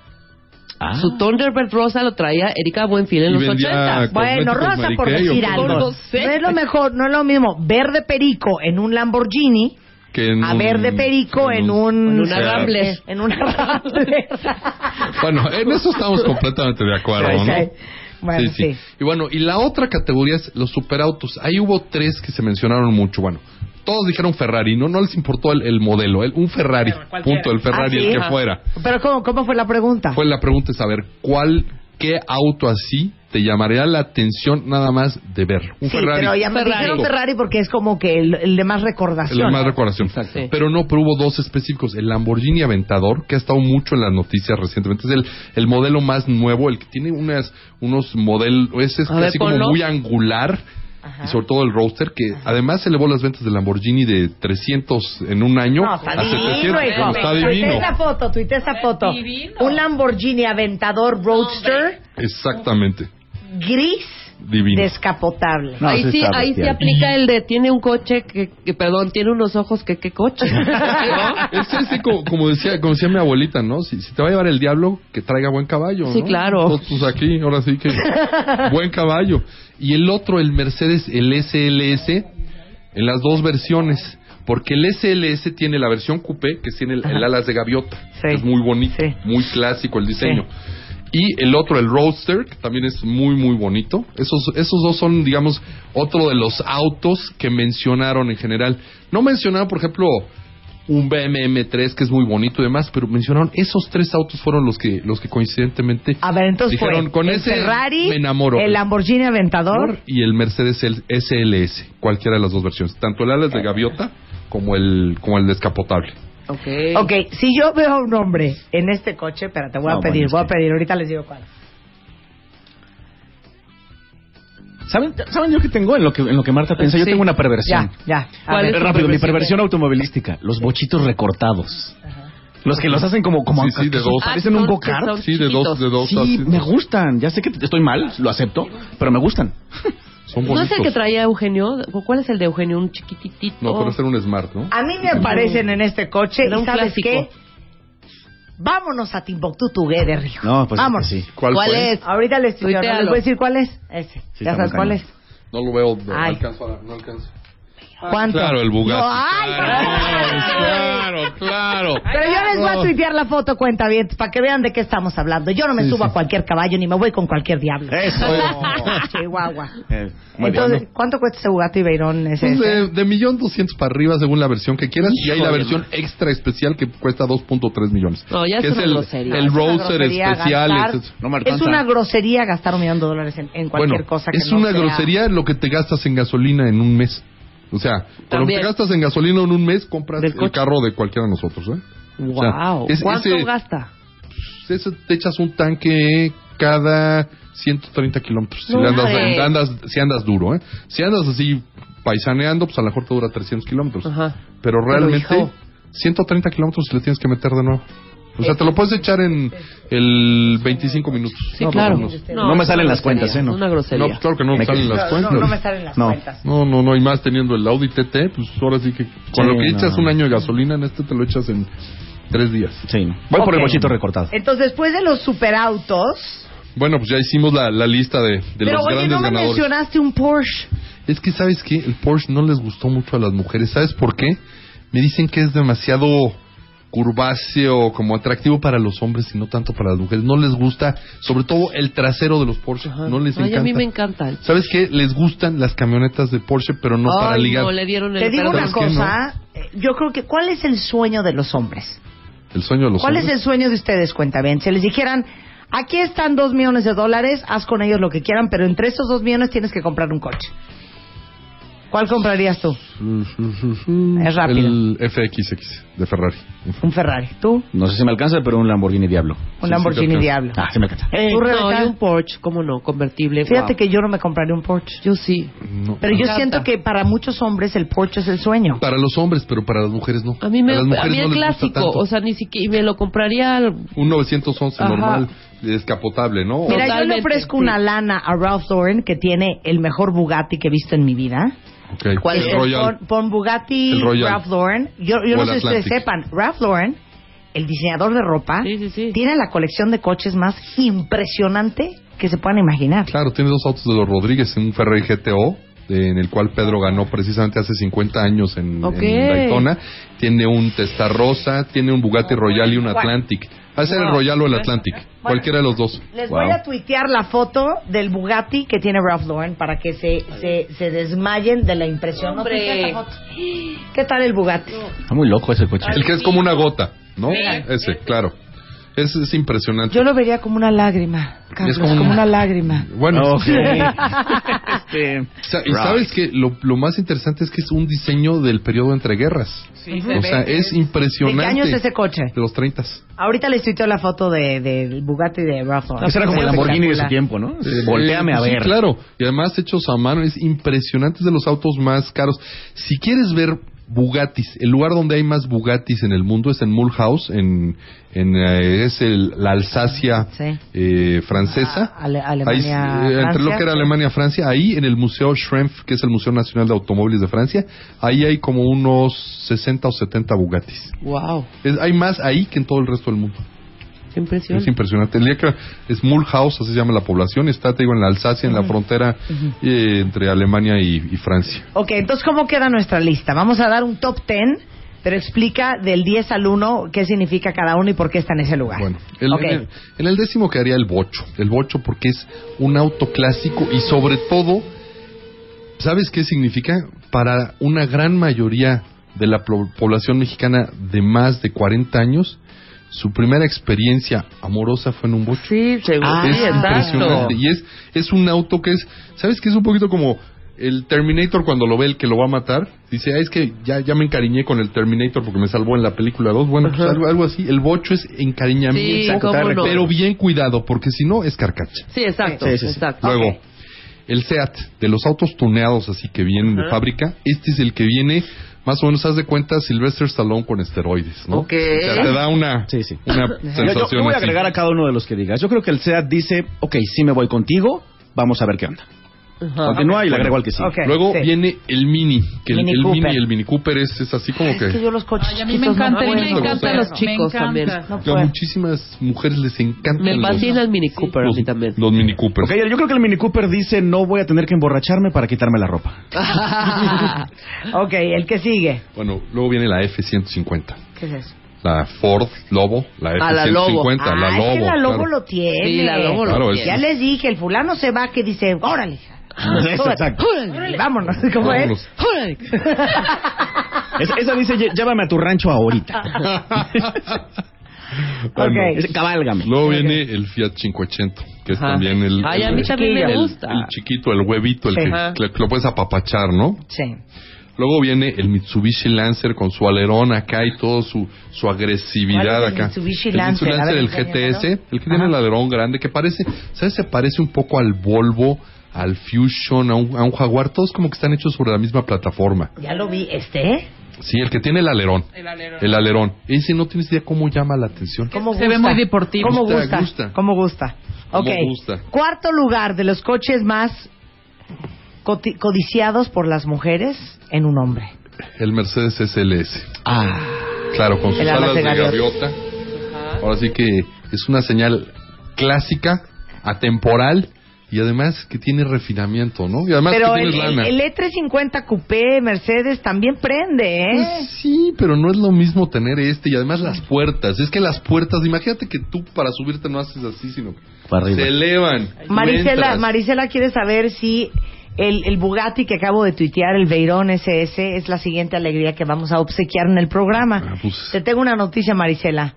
Speaker 3: Ah.
Speaker 4: Su Thunderbird rosa lo traía Erika Buenfil en
Speaker 6: Y
Speaker 4: los
Speaker 6: vendía
Speaker 4: 80.
Speaker 2: Bueno,
Speaker 6: Cosméticos
Speaker 2: rosa por
Speaker 6: Mariquello,
Speaker 2: decir
Speaker 6: por
Speaker 2: algo.
Speaker 4: favor.
Speaker 2: No es lo mejor, no es lo mismo verde perico en un Lamborghini
Speaker 6: Que en
Speaker 2: a
Speaker 6: un-
Speaker 2: verde
Speaker 6: Mm.
Speaker 2: perico en un...
Speaker 4: En una Rambler.
Speaker 2: En una
Speaker 4: [LAUGHS]
Speaker 2: Rambler.
Speaker 6: Bueno, en eso estamos completamente
Speaker 2: [LAUGHS]
Speaker 6: de acuerdo, ¿no?
Speaker 2: Ok. Bueno,
Speaker 6: Sí, sí. Y bueno, y la otra categoría es los superautos. Ahí hubo tres que se mencionaron mucho. Bueno, todos dijeron Ferrari, no, no les importó el, el modelo, el- un Ferrari, punto, el Ferrari,
Speaker 2: Ah, sí.
Speaker 6: el que
Speaker 2: Ajá.
Speaker 6: fuera.
Speaker 2: Pero ¿cómo, cómo fue la pregunta?
Speaker 6: Fue la pregunta es saber cuál, qué auto así te llamaría la atención nada más de verlo. Un
Speaker 2: sí,
Speaker 6: Ferrari.
Speaker 2: pero ya me
Speaker 4: Ferrari.
Speaker 2: dijeron Ferrari porque es como que el, el de más recordación.
Speaker 6: El de más recordación.
Speaker 3: Exacto.
Speaker 4: Sí.
Speaker 6: Pero no, pero hubo dos específicos. El Lamborghini Aventador, que ha estado mucho en las noticias recientemente. Es el, el modelo más nuevo, el que tiene unas, unos modelos, ese es
Speaker 4: A ver,
Speaker 6: así como
Speaker 4: ponlo.
Speaker 6: muy angular. Y sobre todo el Roadster, que además elevó las ventas del Lamborghini de 300 en un año
Speaker 2: No,
Speaker 6: a
Speaker 2: está
Speaker 6: 700.
Speaker 2: divino, Pues hijo.
Speaker 6: Bueno, está
Speaker 2: Tuite
Speaker 6: divino.
Speaker 2: esa foto, tuite esa foto. Un Lamborghini Aventador Roadster
Speaker 6: Exactamente.
Speaker 2: gris
Speaker 6: Divino.
Speaker 2: descapotable.
Speaker 3: No,
Speaker 4: ahí
Speaker 3: sí
Speaker 4: sí,
Speaker 3: está
Speaker 4: ahí sí
Speaker 3: bestial.
Speaker 4: aplica el de tiene un coche que, que- perdón, tiene unos ojos que qué coche.
Speaker 6: [LAUGHS]
Speaker 4: ¿No?
Speaker 6: Es ese, como, como decía, como decía mi abuelita, ¿no? Si, si te va a llevar el diablo, que traiga buen caballo.
Speaker 4: Sí,
Speaker 6: ¿no?
Speaker 4: claro.
Speaker 6: Entonces, Pues, aquí, ahora sí que. buen caballo. Y el otro, el Mercedes, el SLS, en las dos versiones. Porque el SLS tiene la versión coupé, que tiene el, el alas de gaviota.
Speaker 2: Sí.
Speaker 6: que es muy bonito,
Speaker 2: Sí.
Speaker 6: muy clásico el diseño. Y el otro, el Roadster, que también es muy, muy bonito. Esos, esos dos son, digamos, otro de los autos que mencionaron en general. No mencionaron, por ejemplo, un BMW 3 que es muy bonito y demás, pero mencionaron esos tres autos fueron los que, los que coincidentemente
Speaker 2: A ver, entonces
Speaker 6: dijeron,
Speaker 2: fue
Speaker 6: con
Speaker 2: el
Speaker 6: ese
Speaker 2: Ferrari,
Speaker 6: me enamoro.
Speaker 2: el Lamborghini Aventador.
Speaker 6: y el Mercedes el SLS, cualquiera de las dos versiones, tanto el alas de gaviota como el, como el descapotable.
Speaker 4: Okay.
Speaker 2: Ok, si yo veo a un hombre en este coche, espérate, voy a
Speaker 3: No,
Speaker 2: pedir,
Speaker 3: bueno,
Speaker 2: voy a
Speaker 3: es que-
Speaker 2: pedir, ahorita les digo cuál.
Speaker 3: ¿Saben, ¿Saben yo que tengo? En lo que, en lo que Marta piensa, yo
Speaker 4: Sí.
Speaker 3: tengo una perversión.
Speaker 2: Ya, ya. a
Speaker 4: ¿Cuál
Speaker 2: ver.
Speaker 4: es tu
Speaker 3: Rápido, mi
Speaker 4: perversión?
Speaker 3: perversión automovilística. Los bochitos recortados. Los que los hacen como... como
Speaker 6: Sí, sí, de dos.
Speaker 3: Parecen un
Speaker 4: Ah, son-
Speaker 3: go-kart.
Speaker 4: son
Speaker 6: Sí, de
Speaker 4: chiquitos.
Speaker 6: dos, de dos. así,
Speaker 3: Sí, me gustan. Ya sé que estoy mal, lo acepto, pero me gustan.
Speaker 6: Son
Speaker 4: ¿No es
Speaker 6: bonitos.
Speaker 4: el que traía Eugenio? ¿O ¿Cuál es el de Eugenio? Un chiquitito.
Speaker 6: No, pero ese era un Smart, ¿no?
Speaker 2: A mí me aparecen en este coche
Speaker 4: Era
Speaker 2: y
Speaker 4: un
Speaker 2: ¿sabes
Speaker 4: clásico.
Speaker 2: qué? Vámonos a Timbuktu Together, hijo.
Speaker 3: No, pues
Speaker 2: Vámonos.
Speaker 3: sí.
Speaker 6: ¿Cuál, fue?
Speaker 2: Ahorita les, yo no les
Speaker 4: Tuitealo.
Speaker 2: voy a decir cuál es. Ese.
Speaker 3: Sí,
Speaker 2: ¿Ya
Speaker 3: está
Speaker 2: sabes
Speaker 3: muy
Speaker 2: cuál
Speaker 3: cañón.
Speaker 2: es?
Speaker 6: No lo veo, no
Speaker 2: Ay.
Speaker 6: alcanzo a- no alcanzo.
Speaker 2: ¿Cuánto?
Speaker 6: Claro, el Bugatti.
Speaker 2: No, ay,
Speaker 6: claro, claro, claro.
Speaker 2: Pero yo les voy a tuitear la foto, cuenta bien, para que vean de qué estamos hablando. Yo no me
Speaker 6: Sí,
Speaker 2: subo
Speaker 6: sí.
Speaker 2: a cualquier caballo ni me voy con cualquier diablo.
Speaker 3: Eso.
Speaker 2: [LAUGHS] Chihuahua.
Speaker 3: Eh, muy bien.
Speaker 2: Entonces, ¿cuánto cuesta ese Bugatti Beirón? Ese,
Speaker 6: Pues
Speaker 2: ese?
Speaker 6: de, de millón doscientos para arriba según la versión que quieras y hay la
Speaker 3: Híjole,
Speaker 6: versión extra especial que cuesta 2.3 millones.
Speaker 4: No, ya
Speaker 6: que
Speaker 4: es
Speaker 6: es
Speaker 4: una
Speaker 6: el,
Speaker 4: grosería.
Speaker 6: el
Speaker 2: Es una
Speaker 6: Roadster
Speaker 2: grosería
Speaker 6: especial.
Speaker 2: gastar-
Speaker 6: es-
Speaker 3: No me
Speaker 2: Es
Speaker 3: alcanza.
Speaker 2: una grosería gastar un millón de dólares en, en cualquier
Speaker 6: bueno,
Speaker 2: cosa. Que
Speaker 6: es
Speaker 2: no
Speaker 6: una
Speaker 2: sea-
Speaker 6: grosería lo que te gastas en gasolina en un mes. O sea, con lo que
Speaker 4: También.
Speaker 6: te gastas en gasolina en un mes, compras
Speaker 4: Del
Speaker 6: el
Speaker 4: coche.
Speaker 6: carro de cualquiera de nosotros. ¿eh?
Speaker 4: Wow.
Speaker 6: O sea, es-
Speaker 4: ¿Cuánto
Speaker 6: ese-
Speaker 4: gasta?
Speaker 6: Ese- te echas un tanque cada 130 kilómetros. Si,
Speaker 4: No
Speaker 6: le andas,
Speaker 4: mames.
Speaker 6: andas- si andas duro, ¿eh? Si andas así paisaneando, pues a lo mejor te dura 300 kilómetros.
Speaker 4: Ajá.
Speaker 6: Pero realmente,
Speaker 4: hijo.
Speaker 6: 130 kilómetros le tienes que meter de nuevo. O sea,
Speaker 3: Este.
Speaker 6: te lo puedes echar en el 25 minutos.
Speaker 4: Sí,
Speaker 6: No,
Speaker 4: claro.
Speaker 3: No
Speaker 6: no, no.
Speaker 3: me
Speaker 4: pues, este, es
Speaker 3: salen
Speaker 4: una
Speaker 3: las cuentas,
Speaker 4: grosería,
Speaker 3: ¿eh? No.
Speaker 4: Una grosería.
Speaker 6: No, claro que no
Speaker 3: Me
Speaker 6: salen
Speaker 3: quedo-
Speaker 6: las
Speaker 2: No,
Speaker 6: cuentas.
Speaker 2: no me salen las
Speaker 3: No.
Speaker 2: cuentas.
Speaker 6: No, no, no, y más teniendo el Audi TT, pues ahora sí que
Speaker 3: Sí,
Speaker 6: con lo que
Speaker 3: no.
Speaker 6: echas un año de gasolina, en este te lo echas en tres días.
Speaker 3: Sí, no. Voy por el
Speaker 2: Ok.
Speaker 3: bochito recortado.
Speaker 2: Entonces, después de los superautos...
Speaker 6: Bueno, pues ya hicimos la, la lista de, de
Speaker 2: Pero
Speaker 6: los
Speaker 2: oye,
Speaker 6: grandes
Speaker 2: no me
Speaker 6: ganadores.
Speaker 2: mencionaste un Porsche.
Speaker 6: Es que, ¿sabes qué? El Porsche no les gustó mucho a las mujeres. ¿Sabes por qué? Me dicen que es demasiado curváceo, como atractivo para los hombres y no tanto para las mujeres. No les gusta, sobre todo el trasero de los Porsche.
Speaker 4: Ajá.
Speaker 6: No les
Speaker 4: Ay,
Speaker 6: encanta.
Speaker 4: a mí me encanta.
Speaker 6: ¿Sabes qué? Les gustan las camionetas de Porsche, pero no para
Speaker 4: Ay,
Speaker 6: ligar.
Speaker 4: no, le dieron el
Speaker 2: Te digo
Speaker 4: perdón.
Speaker 2: una
Speaker 6: ¿Sabes qué?
Speaker 2: cosa. eh, Yo creo que, ¿cuál es el sueño de los hombres?
Speaker 6: El sueño de los
Speaker 2: ¿Cuál es
Speaker 6: hombres.
Speaker 2: el sueño de ustedes, cuenta bien? Si les dijeran, aquí están dos millones de dólares, haz con ellos lo que quieran, pero entre esos dos millones tienes que comprar un coche. ¿Cuál comprarías
Speaker 6: [LAUGHS]
Speaker 2: tú? Es rápido.
Speaker 6: El FXX de Ferrari.
Speaker 2: Un Ferrari. ¿Tú?
Speaker 3: No sé si me alcanza, pero un Lamborghini Diablo.
Speaker 2: Un Lamborghini
Speaker 6: creo que-
Speaker 2: Diablo.
Speaker 3: Ah, sí me alcanza.
Speaker 4: Eh,
Speaker 2: ¿Tú,
Speaker 4: no,
Speaker 2: Rebeca?
Speaker 4: y un Porsche, cómo no, convertible.
Speaker 2: Fíjate
Speaker 4: guau.
Speaker 2: que yo no me compraría un Porsche.
Speaker 4: Yo sí.
Speaker 6: No.
Speaker 2: Pero yo
Speaker 4: encanta.
Speaker 2: siento que para muchos hombres el Porsche es el sueño.
Speaker 6: Para los hombres, pero para las mujeres no.
Speaker 4: A mí me
Speaker 6: las
Speaker 4: a
Speaker 6: mujeres
Speaker 4: mí
Speaker 6: no
Speaker 4: el
Speaker 6: les gusta
Speaker 4: clásico,
Speaker 6: tanto.
Speaker 4: o sea, ni siquiera y me lo compraría al-
Speaker 6: un 911
Speaker 4: Ajá.
Speaker 6: normal, descapotable, ¿no?
Speaker 2: Mira, yo le
Speaker 4: Totalmente,
Speaker 2: ofrezco una
Speaker 4: sí.
Speaker 2: lana a Ralph Lauren que tiene el mejor Bugatti que he visto en mi vida.
Speaker 6: Okay.
Speaker 2: ¿Cuál
Speaker 6: el
Speaker 2: es?
Speaker 6: Royal.
Speaker 2: Pon, pon Bugatti,
Speaker 6: El Royal.
Speaker 2: Ralph Lauren. Yo, yo
Speaker 6: O
Speaker 2: no
Speaker 6: el
Speaker 2: sé si ustedes
Speaker 6: Atlantic.
Speaker 2: sepan, Ralph Lauren, el diseñador de ropa,
Speaker 4: Sí, sí, sí.
Speaker 2: tiene la colección de coches más impresionante que se puedan imaginar.
Speaker 6: Claro, tiene dos autos de los Rodríguez, un Ferrari GTO, eh, en el cual Pedro ganó precisamente hace 50 años en,
Speaker 4: Ok.
Speaker 6: en Daytona. Tiene un Testarrosa, tiene un Bugatti Royal y un Atlantic. Va a ser el Royal o el Atlantic, cualquiera de los dos.
Speaker 2: Les
Speaker 3: Wow.
Speaker 2: voy a tuitear la foto del Bugatti que tiene Ralph Lauren para que se, se, se desmayen de la impresión. No,
Speaker 4: Hombre.
Speaker 2: tuitea esta foto. ¿Qué tal el Bugatti?
Speaker 3: Está muy loco ese coche.
Speaker 6: El que es como una gota, ¿no?
Speaker 4: Sí.
Speaker 6: Ese, claro. Es, es impresionante.
Speaker 2: Yo lo vería como una lágrima, Carlos,
Speaker 6: como
Speaker 2: como
Speaker 6: una-
Speaker 2: una lágrima.
Speaker 6: Bueno,
Speaker 3: [LAUGHS]
Speaker 6: [LAUGHS]
Speaker 3: Ok. Este,
Speaker 6: sa- y
Speaker 3: right.
Speaker 6: sabes que lo, lo más interesante es que es un diseño del periodo entre guerras. o sea, es
Speaker 2: ¿De
Speaker 6: impresionante.
Speaker 2: qué año es ese coche?
Speaker 6: De los 30.
Speaker 2: Ahorita les tuiteo la foto de, del Bugatti de Ralph Lauren.
Speaker 3: Ese era como el Lamborghini de su
Speaker 2: Espectacular.
Speaker 3: tiempo, ¿no? Volteame
Speaker 6: Eh,
Speaker 3: a
Speaker 6: sí,
Speaker 3: ver.
Speaker 6: claro, y además hechos a mano, es impresionante, es de los autos más caros. Si quieres ver Bugattis, el lugar donde hay más Bugattis en el mundo es en Mulhouse, en, en, eh, es el- la Alsacia
Speaker 2: Sí.
Speaker 6: eh, francesa.
Speaker 2: Ah, Ale- Alemania,
Speaker 6: Ahí, eh, entre lo
Speaker 2: Francia.
Speaker 6: que era Alemania, Francia, ahí en el Museo Schrempf, que es el Museo Nacional de Automóviles de Francia, ahí hay como unos 60 o 70 Bugattis.
Speaker 4: wow,
Speaker 6: Es- hay más ahí que en todo el resto del mundo.
Speaker 4: qué impresión.
Speaker 6: Es impresionante. El día que es Mulhouse, así se llama la población, está, te digo, en la Alsacia, en la frontera eh, entre Alemania y, y Francia.
Speaker 2: Ok, entonces, ¿cómo queda nuestra lista? Vamos a dar un top 10, pero explica del 10 al 1 qué significa cada uno y por qué está en ese lugar.
Speaker 6: Bueno, el-
Speaker 2: Ok.
Speaker 6: en, el, en el décimo quedaría el bocho. El bocho porque es un auto clásico y sobre todo, ¿sabes qué significa? Para una gran mayoría de la plo- población mexicana de más de 40 años, su primera experiencia amorosa fue en un bocho.
Speaker 4: Sí, seguro.
Speaker 3: Ah,
Speaker 4: sí,
Speaker 6: es
Speaker 4: exacto.
Speaker 6: impresionante. Y es, es un auto que es, ¿sabes que Es un poquito como el Terminator cuando lo ve el que lo va a matar. Dice, "Ah, es que ya, ya me encariñé con el Terminator porque me salvó en la película 2. Bueno, pues algo, algo así. El bocho es
Speaker 4: Sí,
Speaker 6: encariñamiento,
Speaker 4: cómo no.
Speaker 6: pero bien cuidado, porque si no es carcacha.
Speaker 4: Sí, exacto,
Speaker 3: Sí, sí, sí.
Speaker 4: exacto.
Speaker 6: Luego,
Speaker 4: Ok.
Speaker 6: el SEAT, de los autos tuneados así que vienen de fábrica, este es el que viene, más o menos, haz de cuenta, Sylvester Stallone con esteroides, ¿no?
Speaker 4: Ok.
Speaker 6: O sea, te da una,
Speaker 3: Sí, sí.
Speaker 6: una
Speaker 3: Yo- Yo,
Speaker 6: sensación
Speaker 3: yo voy a
Speaker 6: así.
Speaker 3: agregar a cada uno de los que digas. Yo creo que el SEAT dice, ok, sí me voy contigo, vamos a ver qué onda.
Speaker 4: Ajá.
Speaker 3: Aunque no hay, le agrego al que sí.
Speaker 2: Ok.
Speaker 6: Luego
Speaker 2: sí.
Speaker 6: viene el Mini, que el,
Speaker 2: Mini
Speaker 6: el Mini
Speaker 2: Cooper.
Speaker 6: y el Mini Cooper es, es así como
Speaker 2: Es que
Speaker 6: que...
Speaker 2: yo los coches
Speaker 7: Ay, a mí me
Speaker 2: chiquitos no
Speaker 7: encanta, a mí
Speaker 2: puedo.
Speaker 7: me encanta
Speaker 4: a los
Speaker 7: Me
Speaker 4: chicos
Speaker 7: encanta.
Speaker 4: también.
Speaker 2: No
Speaker 6: A
Speaker 2: puedo.
Speaker 6: muchísimas mujeres les encantan
Speaker 4: Me
Speaker 6: los-
Speaker 4: fascina el Mini Cooper a
Speaker 6: los,
Speaker 4: mí también.
Speaker 6: los Mini Coopers.
Speaker 3: Ok, yo creo que el Mini Cooper dice, no voy a tener que emborracharme para quitarme
Speaker 2: [LAUGHS]
Speaker 3: la ropa.
Speaker 2: Ok, el que sigue.
Speaker 6: Bueno, luego viene la F-150.
Speaker 2: ¿Qué es eso?
Speaker 6: La Ford Lobo, la
Speaker 4: Ah, la Lobo.
Speaker 6: F-150, la,
Speaker 2: ah,
Speaker 6: Lobo.
Speaker 2: es que la Lobo
Speaker 6: claro.
Speaker 2: lo tiene.
Speaker 4: Sí, la Lobo lo
Speaker 6: Claro,
Speaker 4: tiene.
Speaker 2: Ya
Speaker 6: es-
Speaker 2: les dije, el fulano se va que dice, órale. hija.
Speaker 3: Eso, exacto.
Speaker 2: Órale, Vámonos, ¿cómo
Speaker 6: Vámonos.
Speaker 2: es?
Speaker 4: ¡Órale!
Speaker 3: Esa, esa dice, "Lle- llévame a tu rancho ahorita.
Speaker 6: Bueno,
Speaker 2: Ah, Ok.
Speaker 3: Ese, Cabálgame.
Speaker 6: Luego viene el Fiat 580, que es
Speaker 4: Ajá.
Speaker 6: también el...
Speaker 4: Ay, a mí
Speaker 6: el-
Speaker 4: también me
Speaker 6: el-
Speaker 4: gusta.
Speaker 6: El chiquito, el huevito, el
Speaker 2: Sí.
Speaker 6: que,
Speaker 4: Ajá.
Speaker 6: que- que lo puedes apapachar, ¿no?
Speaker 2: Sí.
Speaker 6: Luego viene el Mitsubishi Lancer con su alerón acá y todo su, su agresividad
Speaker 2: ¿Cuál es el
Speaker 6: acá.
Speaker 2: Mitsubishi
Speaker 6: el
Speaker 2: Lancer?
Speaker 6: Mitsubishi
Speaker 2: A ver,
Speaker 6: Lancer, el
Speaker 2: enséñamelo.
Speaker 6: GTS, el que tiene el alerón grande, que parece, ¿sabes? Se parece un poco al Volvo, al Fusion, a un, a un Jaguar, todos como que están hechos sobre la misma plataforma.
Speaker 2: Ya lo vi, este,
Speaker 6: Sí, el que tiene el alerón.
Speaker 7: El alerón.
Speaker 6: El alerón. Ese no tienes idea cómo llama la atención.
Speaker 2: ¿cómo
Speaker 7: Se
Speaker 2: gusta?
Speaker 7: ve muy deportivo.
Speaker 2: ¿Cómo
Speaker 6: Gusta,
Speaker 2: gusta?
Speaker 6: gusta.
Speaker 2: ¿Cómo gusta?
Speaker 6: Cómo
Speaker 2: Ok.
Speaker 6: gusta.
Speaker 2: Cuarto lugar de los coches más coti- codiciados por las mujeres en un hombre.
Speaker 6: El Mercedes SLS.
Speaker 3: Ah,
Speaker 6: Claro, con sus
Speaker 2: El ala
Speaker 6: alas
Speaker 2: de
Speaker 6: de
Speaker 2: gaviota.
Speaker 6: gaviota. Ahora sí que es una señal clásica, atemporal y además que tiene refinamiento, ¿no? Y además
Speaker 2: Pero
Speaker 6: que
Speaker 2: el, ¿eh?
Speaker 6: tienes
Speaker 2: el-
Speaker 6: lana.
Speaker 2: el E350 Coupé Mercedes también prende, ¿eh?
Speaker 6: Pues sí, pero no es lo mismo tener este y además las puertas. Es que las puertas, imagínate que tú para subirte no haces así, sino que
Speaker 3: Para arriba.
Speaker 6: se elevan. Tú
Speaker 2: Marisela,
Speaker 6: entras.
Speaker 2: Marisela quiere saber si el, el Bugatti que acabo de tuitear, el Veyron SS, es la siguiente alegría que vamos a obsequiar en el programa.
Speaker 6: Ah, pues.
Speaker 2: Te tengo una noticia, Marisela.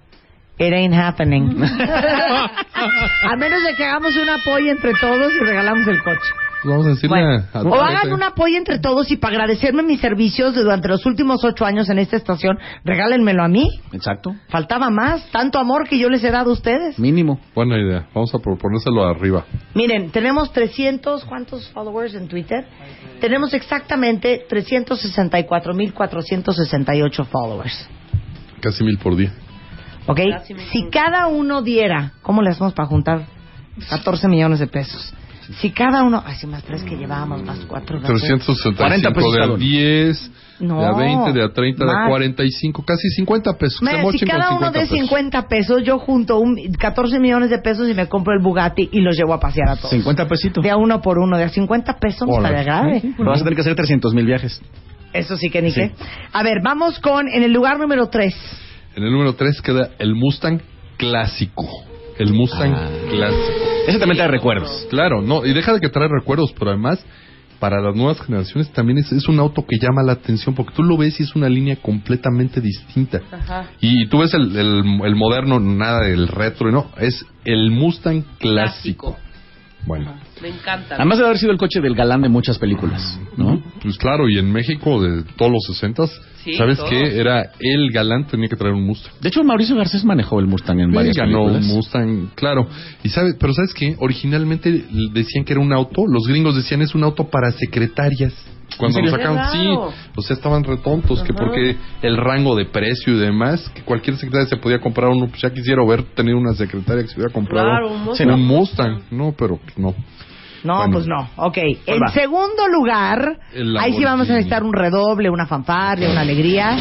Speaker 2: It ain't happening.
Speaker 6: [LAUGHS]
Speaker 2: a menos de que hagamos una polla entre todos y regalamos el coche.
Speaker 6: Vamos a decirle
Speaker 2: Bueno,
Speaker 6: a- a-
Speaker 2: o hagan una apoyo entre todos y para agradecerme mis servicios de durante los últimos ocho años en esta estación, regálenmelo a mí.
Speaker 3: exacto.
Speaker 2: Faltaba más, tanto amor que yo les he dado a ustedes.
Speaker 3: Mínimo.
Speaker 6: Buena idea. Vamos a proponérselo arriba.
Speaker 2: Miren, tenemos 300, ¿cuántos followers en Twitter? Tenemos exactamente 364.468 followers.
Speaker 6: Casi mil por día.
Speaker 2: ¿Ok? Si cada uno diera, ¿cómo le hacemos para juntar 14 millones de pesos? Si cada uno, así más tres que llevábamos, más cuatro. ¿verdad?
Speaker 6: 365
Speaker 3: 40 pesos
Speaker 6: de
Speaker 3: cada
Speaker 6: a
Speaker 3: uno.
Speaker 6: 10,
Speaker 2: No,
Speaker 6: de a 20, de a 30, de a
Speaker 2: más.
Speaker 6: 45, casi 50 pesos. que se
Speaker 2: Mira, si
Speaker 6: mochen con
Speaker 2: cada uno
Speaker 6: 50
Speaker 2: de
Speaker 6: pesos.
Speaker 2: 50 pesos, yo junto un, 14 millones de pesos y me compro el Bugatti y los llevo a pasear a todos.
Speaker 3: 50 pesitos.
Speaker 2: De a uno por uno, de a 50 pesos, no
Speaker 6: Órale.
Speaker 2: estaría grave.
Speaker 3: Pero vas a tener que hacer 300 mil viajes.
Speaker 2: Eso sí que ni qué. A ver, vamos con, en el lugar número 3.
Speaker 6: En el número 3 queda el Mustang clásico. El Mustang
Speaker 2: Ah.
Speaker 6: clásico.
Speaker 3: Ese también te recuerdas.
Speaker 6: Claro, no, y deja de que trae recuerdos, pero además para las nuevas generaciones también es, es un auto que llama la atención porque tú lo ves y es una línea completamente distinta. Y tú ves el, el- el moderno, nada del retro, no, es el Mustang clásico. Bueno.
Speaker 4: Me encanta.
Speaker 3: Además de haber sido el coche del galán de muchas películas, ¿no?
Speaker 6: Pues claro, y en México de todos los 60
Speaker 4: Sí,
Speaker 6: ¿sabes
Speaker 4: todos.
Speaker 6: qué? Era el galán, tenía que traer un Mustang.
Speaker 3: De hecho, Mauricio Garcés manejó el Mustang en
Speaker 6: Él
Speaker 3: varias
Speaker 6: ganó un
Speaker 3: películas.
Speaker 6: Mustang, claro. Y sabe, pero ¿sabes qué? Originalmente l- decían que era un auto, los gringos decían es un auto para secretarias. Cuando
Speaker 3: ¿En
Speaker 6: lo
Speaker 3: serio?
Speaker 6: sacaron,
Speaker 4: ¡Qué
Speaker 6: sí,
Speaker 4: raro!
Speaker 6: o sea, estaban retontos, que porque el rango de precio y demás, que cualquier secretaria se podía comprar uno, pues ya quisiera ver tener una secretaria que se hubiera comprado
Speaker 4: Claro, un
Speaker 6: Sí, no, un Mustang. No, pero pues, no.
Speaker 2: No,
Speaker 6: Bueno.
Speaker 2: pues no. Ok. En
Speaker 3: va.
Speaker 2: segundo lugar,
Speaker 6: El
Speaker 2: ahí sí vamos a
Speaker 6: Lamborghini.
Speaker 2: necesitar un redoble, una fanfarria, una alegría.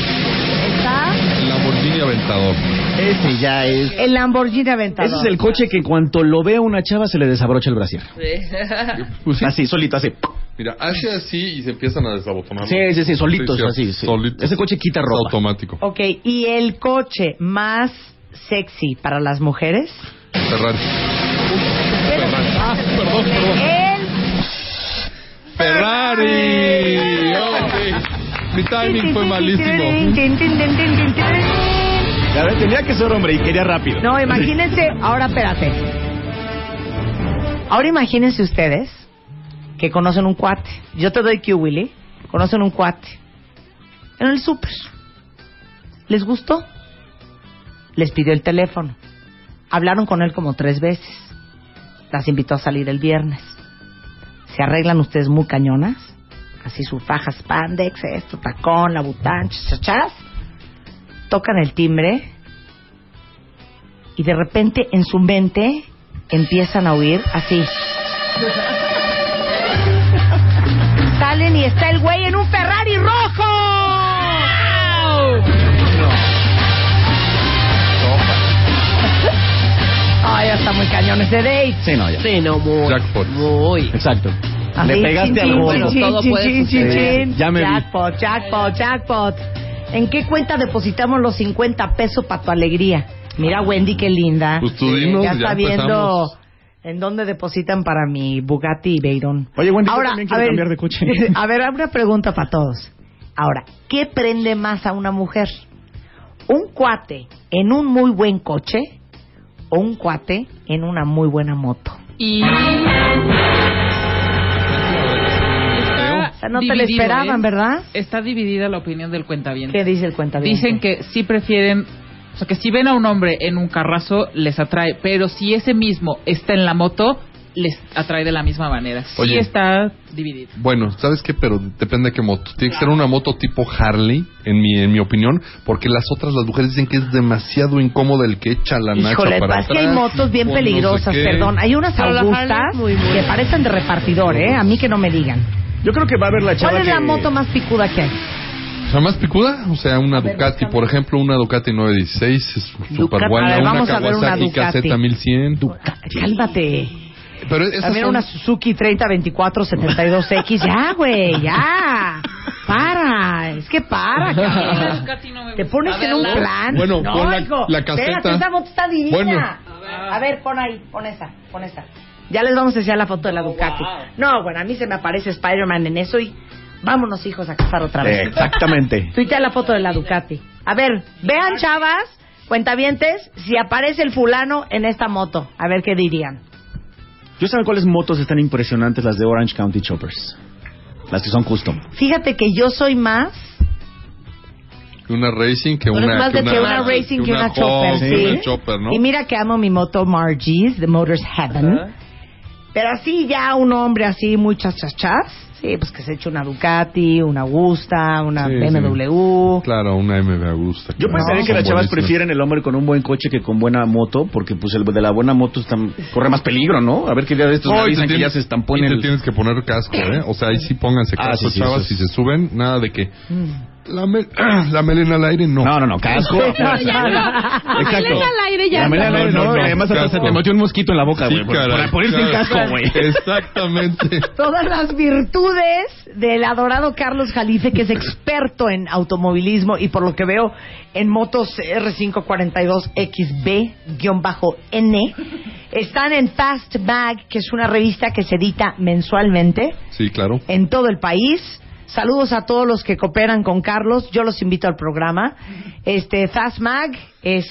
Speaker 2: Está
Speaker 6: El Lamborghini Aventador.
Speaker 3: Ese ya es.
Speaker 2: el Lamborghini Aventador.
Speaker 3: Ese es el coche que en cuanto lo ve a una chava se le desabrocha el brasier.
Speaker 6: Pues, sí,
Speaker 3: Así, solito, así.
Speaker 6: Mira, hace así y se empiezan a desabotonar.
Speaker 3: Sí, sí, sí, solitos, así, sí.
Speaker 6: Solitos.
Speaker 3: Ese coche quita
Speaker 6: Es
Speaker 3: ropa.
Speaker 6: automático.
Speaker 2: Ok, y el coche más sexy para las mujeres.
Speaker 6: Ferrari. Ferrari. Ah, perdón, perdón.
Speaker 2: El
Speaker 6: Ferrari. ok. Mi timing fue malísimo.
Speaker 3: Ya ves, tenía que ser hombre y quería rápido.
Speaker 2: No, imagínense, ahora espérate. Ahora imagínense ustedes que conocen un cuate. Yo te doy Q, Willy. Conocen un cuate. En el súper. ¿Les gustó? Les pidió el teléfono. Hablaron con él como tres veces. Las invitó a salir el viernes. Se arreglan ustedes muy cañonas. Así su faja spandex, esto, tacón, la butancha, chachas. Tocan el timbre y de repente en su mente empiezan a oír así. y está el güey en un Ferrari rojo. Ay, ya está muy cañón ese date.
Speaker 3: Sí, no, ya.
Speaker 4: Sí, no, muy.
Speaker 6: Jackpot.
Speaker 4: Muy.
Speaker 3: Exacto.
Speaker 2: Así,
Speaker 3: Le pegaste
Speaker 2: chin,
Speaker 3: al
Speaker 2: chin,
Speaker 3: gordo.
Speaker 4: bueno,
Speaker 2: chin,
Speaker 4: todo
Speaker 2: chin,
Speaker 4: puede
Speaker 2: chin,
Speaker 4: suceder.
Speaker 2: chin, chin.
Speaker 3: Ya me vi.
Speaker 2: Jackpot, jackpot, jackpot. ¿En qué cuenta depositamos los 50 pesos para tu alegría? Mira, Wendy, qué linda.
Speaker 6: Pues tú dinos,
Speaker 2: ya
Speaker 6: ya
Speaker 2: está viendo
Speaker 6: empezamos.
Speaker 2: en dónde depositan para mi Bugatti Veyron.
Speaker 3: Oye, Wendy, yo también quiero cambiar de coche.
Speaker 2: [LAUGHS] a ver, una pregunta para todos. Ahora, ¿qué prende más a una mujer? ¿Un cuate en un muy buen coche o un cuate en una muy buena moto?
Speaker 4: Y.
Speaker 2: O sea, no te lo
Speaker 4: ¿eh?
Speaker 2: esperaban,
Speaker 6: ¿eh?
Speaker 2: ¿verdad?
Speaker 7: Está dividida la opinión del cuentaviente.
Speaker 2: ¿Qué dice el cuentaviente?
Speaker 7: Dicen que sí prefieren, o sea, que si ven a un hombre en un carrazo, les atrae, pero si ese mismo está en la moto, les atrae de la misma manera.
Speaker 6: Oye.
Speaker 7: Sí está
Speaker 4: [LAUGHS]
Speaker 7: dividido.
Speaker 6: Bueno, ¿sabes qué? Pero depende de qué moto. Tiene que ser una moto tipo Harley, en mi, en mi opinión, porque las otras, las mujeres dicen que es demasiado incómoda el que echa la nacha
Speaker 2: Híjole, pues,
Speaker 6: para
Speaker 2: es que hay
Speaker 6: atrás,
Speaker 2: motos bien
Speaker 6: o no sé
Speaker 2: peligrosas,
Speaker 6: qué.
Speaker 2: perdón. Hay unas
Speaker 4: Pero la
Speaker 2: Augustas
Speaker 4: Harley, muy buena.
Speaker 2: que parecen de repartidor, ¿eh? A mí que no me digan.
Speaker 3: Yo creo que va a haber la chava
Speaker 2: ¿Cuál es la
Speaker 3: que-
Speaker 2: moto más picuda que hay?
Speaker 6: O sea, más picuda, o sea, una Ducati, por ejemplo, una Ducati 916 es súper
Speaker 2: A
Speaker 6: buena,
Speaker 2: ver,
Speaker 6: una
Speaker 2: vamos a ver una
Speaker 6: Kawasaki
Speaker 2: Ducati.
Speaker 6: KZ1100.
Speaker 2: Cálmate.
Speaker 6: Pero esas
Speaker 2: También
Speaker 6: son-
Speaker 2: una Suzuki 3024-72X. Ya, güey, ya. Para. Es que
Speaker 6: [LAUGHS]
Speaker 2: para, cabrón. Te pones en un
Speaker 7: [LAUGHS]
Speaker 2: plan.
Speaker 6: Bueno, pon la- la caseta.
Speaker 2: esa moto está divina.
Speaker 6: Bueno.
Speaker 2: A ver, pon ahí, pon esa, pon esa. Ya les vamos a enseñar la foto de la Ducati. No, bueno, a mí se me aparece Spider-Man en eso y vámonos, hijos, a casar otra vez.
Speaker 3: Exactamente.
Speaker 2: Tuitea la foto de la Ducati. A ver, vean, chavas, cuentavientes, si aparece el fulano en esta moto. A ver qué dirían.
Speaker 3: ¿Yo saben cuáles motos están impresionantes? Las de Orange County Choppers. Las que son custom.
Speaker 2: Fíjate que yo soy más
Speaker 6: una racing que
Speaker 2: Tú eres
Speaker 6: una
Speaker 2: más de que una
Speaker 6: Harley,
Speaker 2: racing que una,
Speaker 6: Hawk,
Speaker 2: chopper,
Speaker 6: que
Speaker 2: ¿sí?
Speaker 6: una chopper, ¿no?
Speaker 2: Y mira que amo mi moto Margie's, de Motors Heaven. Pero así ya un hombre así muy chachachas, sí, pues que se eche una Ducati, una Gusta, una
Speaker 6: Sí,
Speaker 2: BMW.
Speaker 6: Claro, una MB Augusta.
Speaker 3: Yo
Speaker 6: claro,
Speaker 3: pensaría
Speaker 6: son
Speaker 3: que las chavas
Speaker 6: buenísimas.
Speaker 3: prefieren el hombre con un buen coche que con buena moto, porque pues el de la buena moto está- corre más peligro, ¿no? A ver qué día de estos
Speaker 6: No,
Speaker 3: me
Speaker 6: y te
Speaker 3: dicen que
Speaker 6: tienes-
Speaker 3: ya se estampó en
Speaker 6: y te
Speaker 3: el...
Speaker 6: tienes que poner casco, ¿eh? O sea, ahí sí pónganse
Speaker 3: Ah,
Speaker 6: casco,
Speaker 3: sí, sí,
Speaker 6: chavas,
Speaker 3: eso
Speaker 6: si se suben, nada de que...
Speaker 2: Mm.
Speaker 6: La, mel- [CLEARS THROAT] la melena al aire, no.
Speaker 3: No, no, no, [LAUGHS] casco. Exacto.
Speaker 4: Melena al aire ya.
Speaker 3: La melena al aire,
Speaker 6: No,
Speaker 3: no,
Speaker 6: no, no,
Speaker 3: además hasta
Speaker 6: casco.
Speaker 3: se te metió un mosquito en la boca,
Speaker 6: Sí,
Speaker 3: güey. por-
Speaker 6: caray,
Speaker 3: para ponerse en
Speaker 6: claro.
Speaker 3: casco, güey.
Speaker 6: Exactamente.
Speaker 3: [LAUGHS]
Speaker 2: Todas las virtudes del adorado Carlos Jalife, que es experto en automovilismo y por lo que veo en motos R542XB-N, están en Fast Bag, que es una revista que se edita mensualmente.
Speaker 6: Sí, claro.
Speaker 2: en todo el país. Saludos a todos los que cooperan con Carlos. Yo los invito al programa. Este Fast Mag es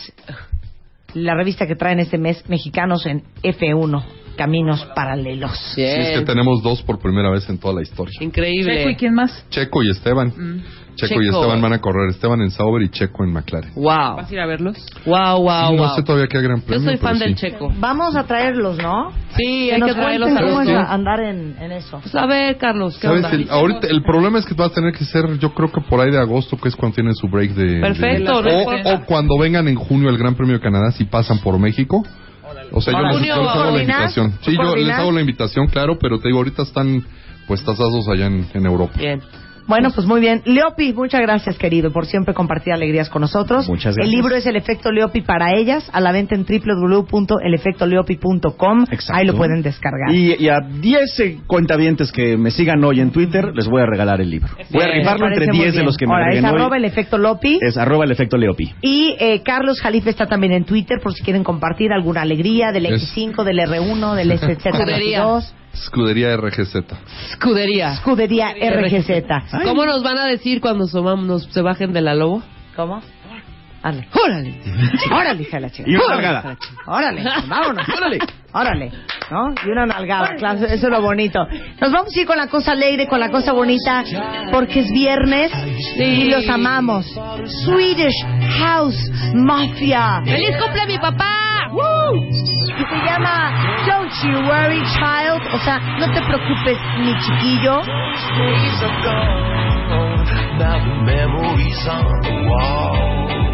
Speaker 2: la revista que traen este mes mexicanos en F1 Caminos Paralelos.
Speaker 6: Sí, es que tenemos dos por primera vez en toda la historia.
Speaker 4: Increíble.
Speaker 7: Checo, ¿y quién más?
Speaker 6: Checo y Esteban.
Speaker 2: Mm.
Speaker 6: Checo, y
Speaker 4: Checo.
Speaker 6: Esteban van a correr. Esteban en Sauber y Checo en McLaren.
Speaker 4: Wow.
Speaker 7: ¿Vas a ir a verlos?
Speaker 4: Wow, wow,
Speaker 2: Ah,
Speaker 6: no
Speaker 4: wow.
Speaker 6: sé todavía qué gran
Speaker 4: Yo
Speaker 6: premio.
Speaker 4: soy fan
Speaker 6: pero
Speaker 4: del
Speaker 6: sí.
Speaker 4: Checo.
Speaker 2: Vamos a traerlos, ¿no?
Speaker 4: Sí, hay
Speaker 2: nos
Speaker 4: que traerlos
Speaker 2: cuenten
Speaker 4: a
Speaker 2: cómo
Speaker 4: los
Speaker 2: es
Speaker 4: dos.
Speaker 2: a- andar en, en eso.
Speaker 4: Pues a ver, Carlos, ¿qué
Speaker 6: ¿Sabes?
Speaker 4: onda?
Speaker 6: El- ahorita, el problema es que vas a tener que ser, yo creo que por ahí de agosto, que es cuando tienen su break de... de-
Speaker 4: Perfecto, no
Speaker 6: o,
Speaker 4: importa.
Speaker 6: o cuando vengan en junio al Gran Premio de Canadá, si pasan por México. O sea, yo
Speaker 4: Órale.
Speaker 6: les, yo les hago la
Speaker 2: ¿Coordinas?
Speaker 6: invitación.
Speaker 2: ¿Tú
Speaker 6: Sí, yo les
Speaker 2: coordinas?
Speaker 6: hago la invitación, claro, pero te digo, ahorita están pues tasazos allá en, en Europa.
Speaker 4: Bien.
Speaker 2: Bueno, pues muy bien. Leopi, muchas gracias, querido, por siempre compartir alegrías con nosotros.
Speaker 3: Muchas gracias.
Speaker 2: El libro es El Efecto Leopi para ellas, a la venta en www.elefectoleopi.com.
Speaker 3: Exacto.
Speaker 2: Ahí lo pueden descargar.
Speaker 3: Y, y a 10 eh, cuentavientes que me sigan hoy en Twitter, les voy a regalar el libro. Voy a
Speaker 4: Bien.
Speaker 3: rifarlo
Speaker 2: Me
Speaker 3: entre
Speaker 2: parece muy
Speaker 3: 10 de
Speaker 2: bien.
Speaker 3: los que me
Speaker 2: Ahora, es
Speaker 3: agreguen
Speaker 2: arroba
Speaker 3: hoy.
Speaker 2: el efecto Lopi.
Speaker 3: Es arroba el efecto Leopi.
Speaker 2: Y eh, Carlos Jalife está también en Twitter por si quieren compartir alguna alegría del
Speaker 6: Es-
Speaker 2: X5, del R1, del
Speaker 4: Escudería.
Speaker 2: SZ2,
Speaker 6: Escudería RGZ.
Speaker 4: Escudería.
Speaker 2: escudería RGZ.
Speaker 4: ¿Cómo nos van a decir cuando somamos, nos- se bajen de la lobo?
Speaker 2: ¿Cómo? Ándale.
Speaker 4: ¡Órale! [LAUGHS]
Speaker 2: Órale, hija de la chica.
Speaker 3: Y una
Speaker 2: Órale,
Speaker 3: nalgada.
Speaker 2: hija de la chica. Órale, vámonos. Órale. Órale, ¿no? Y una nalgada, claro, eso es lo bonito. Nos vamos a ir con la cosa alegre, con la cosa bonita, porque es viernes y los amamos. Swedish House Mafia.
Speaker 4: ¡Feliz cumple a mi papá!
Speaker 2: que se llama Don't You Worry Child, o sea, no te preocupes mi chiquillo.
Speaker 8: days are gone, now the memories on the wall.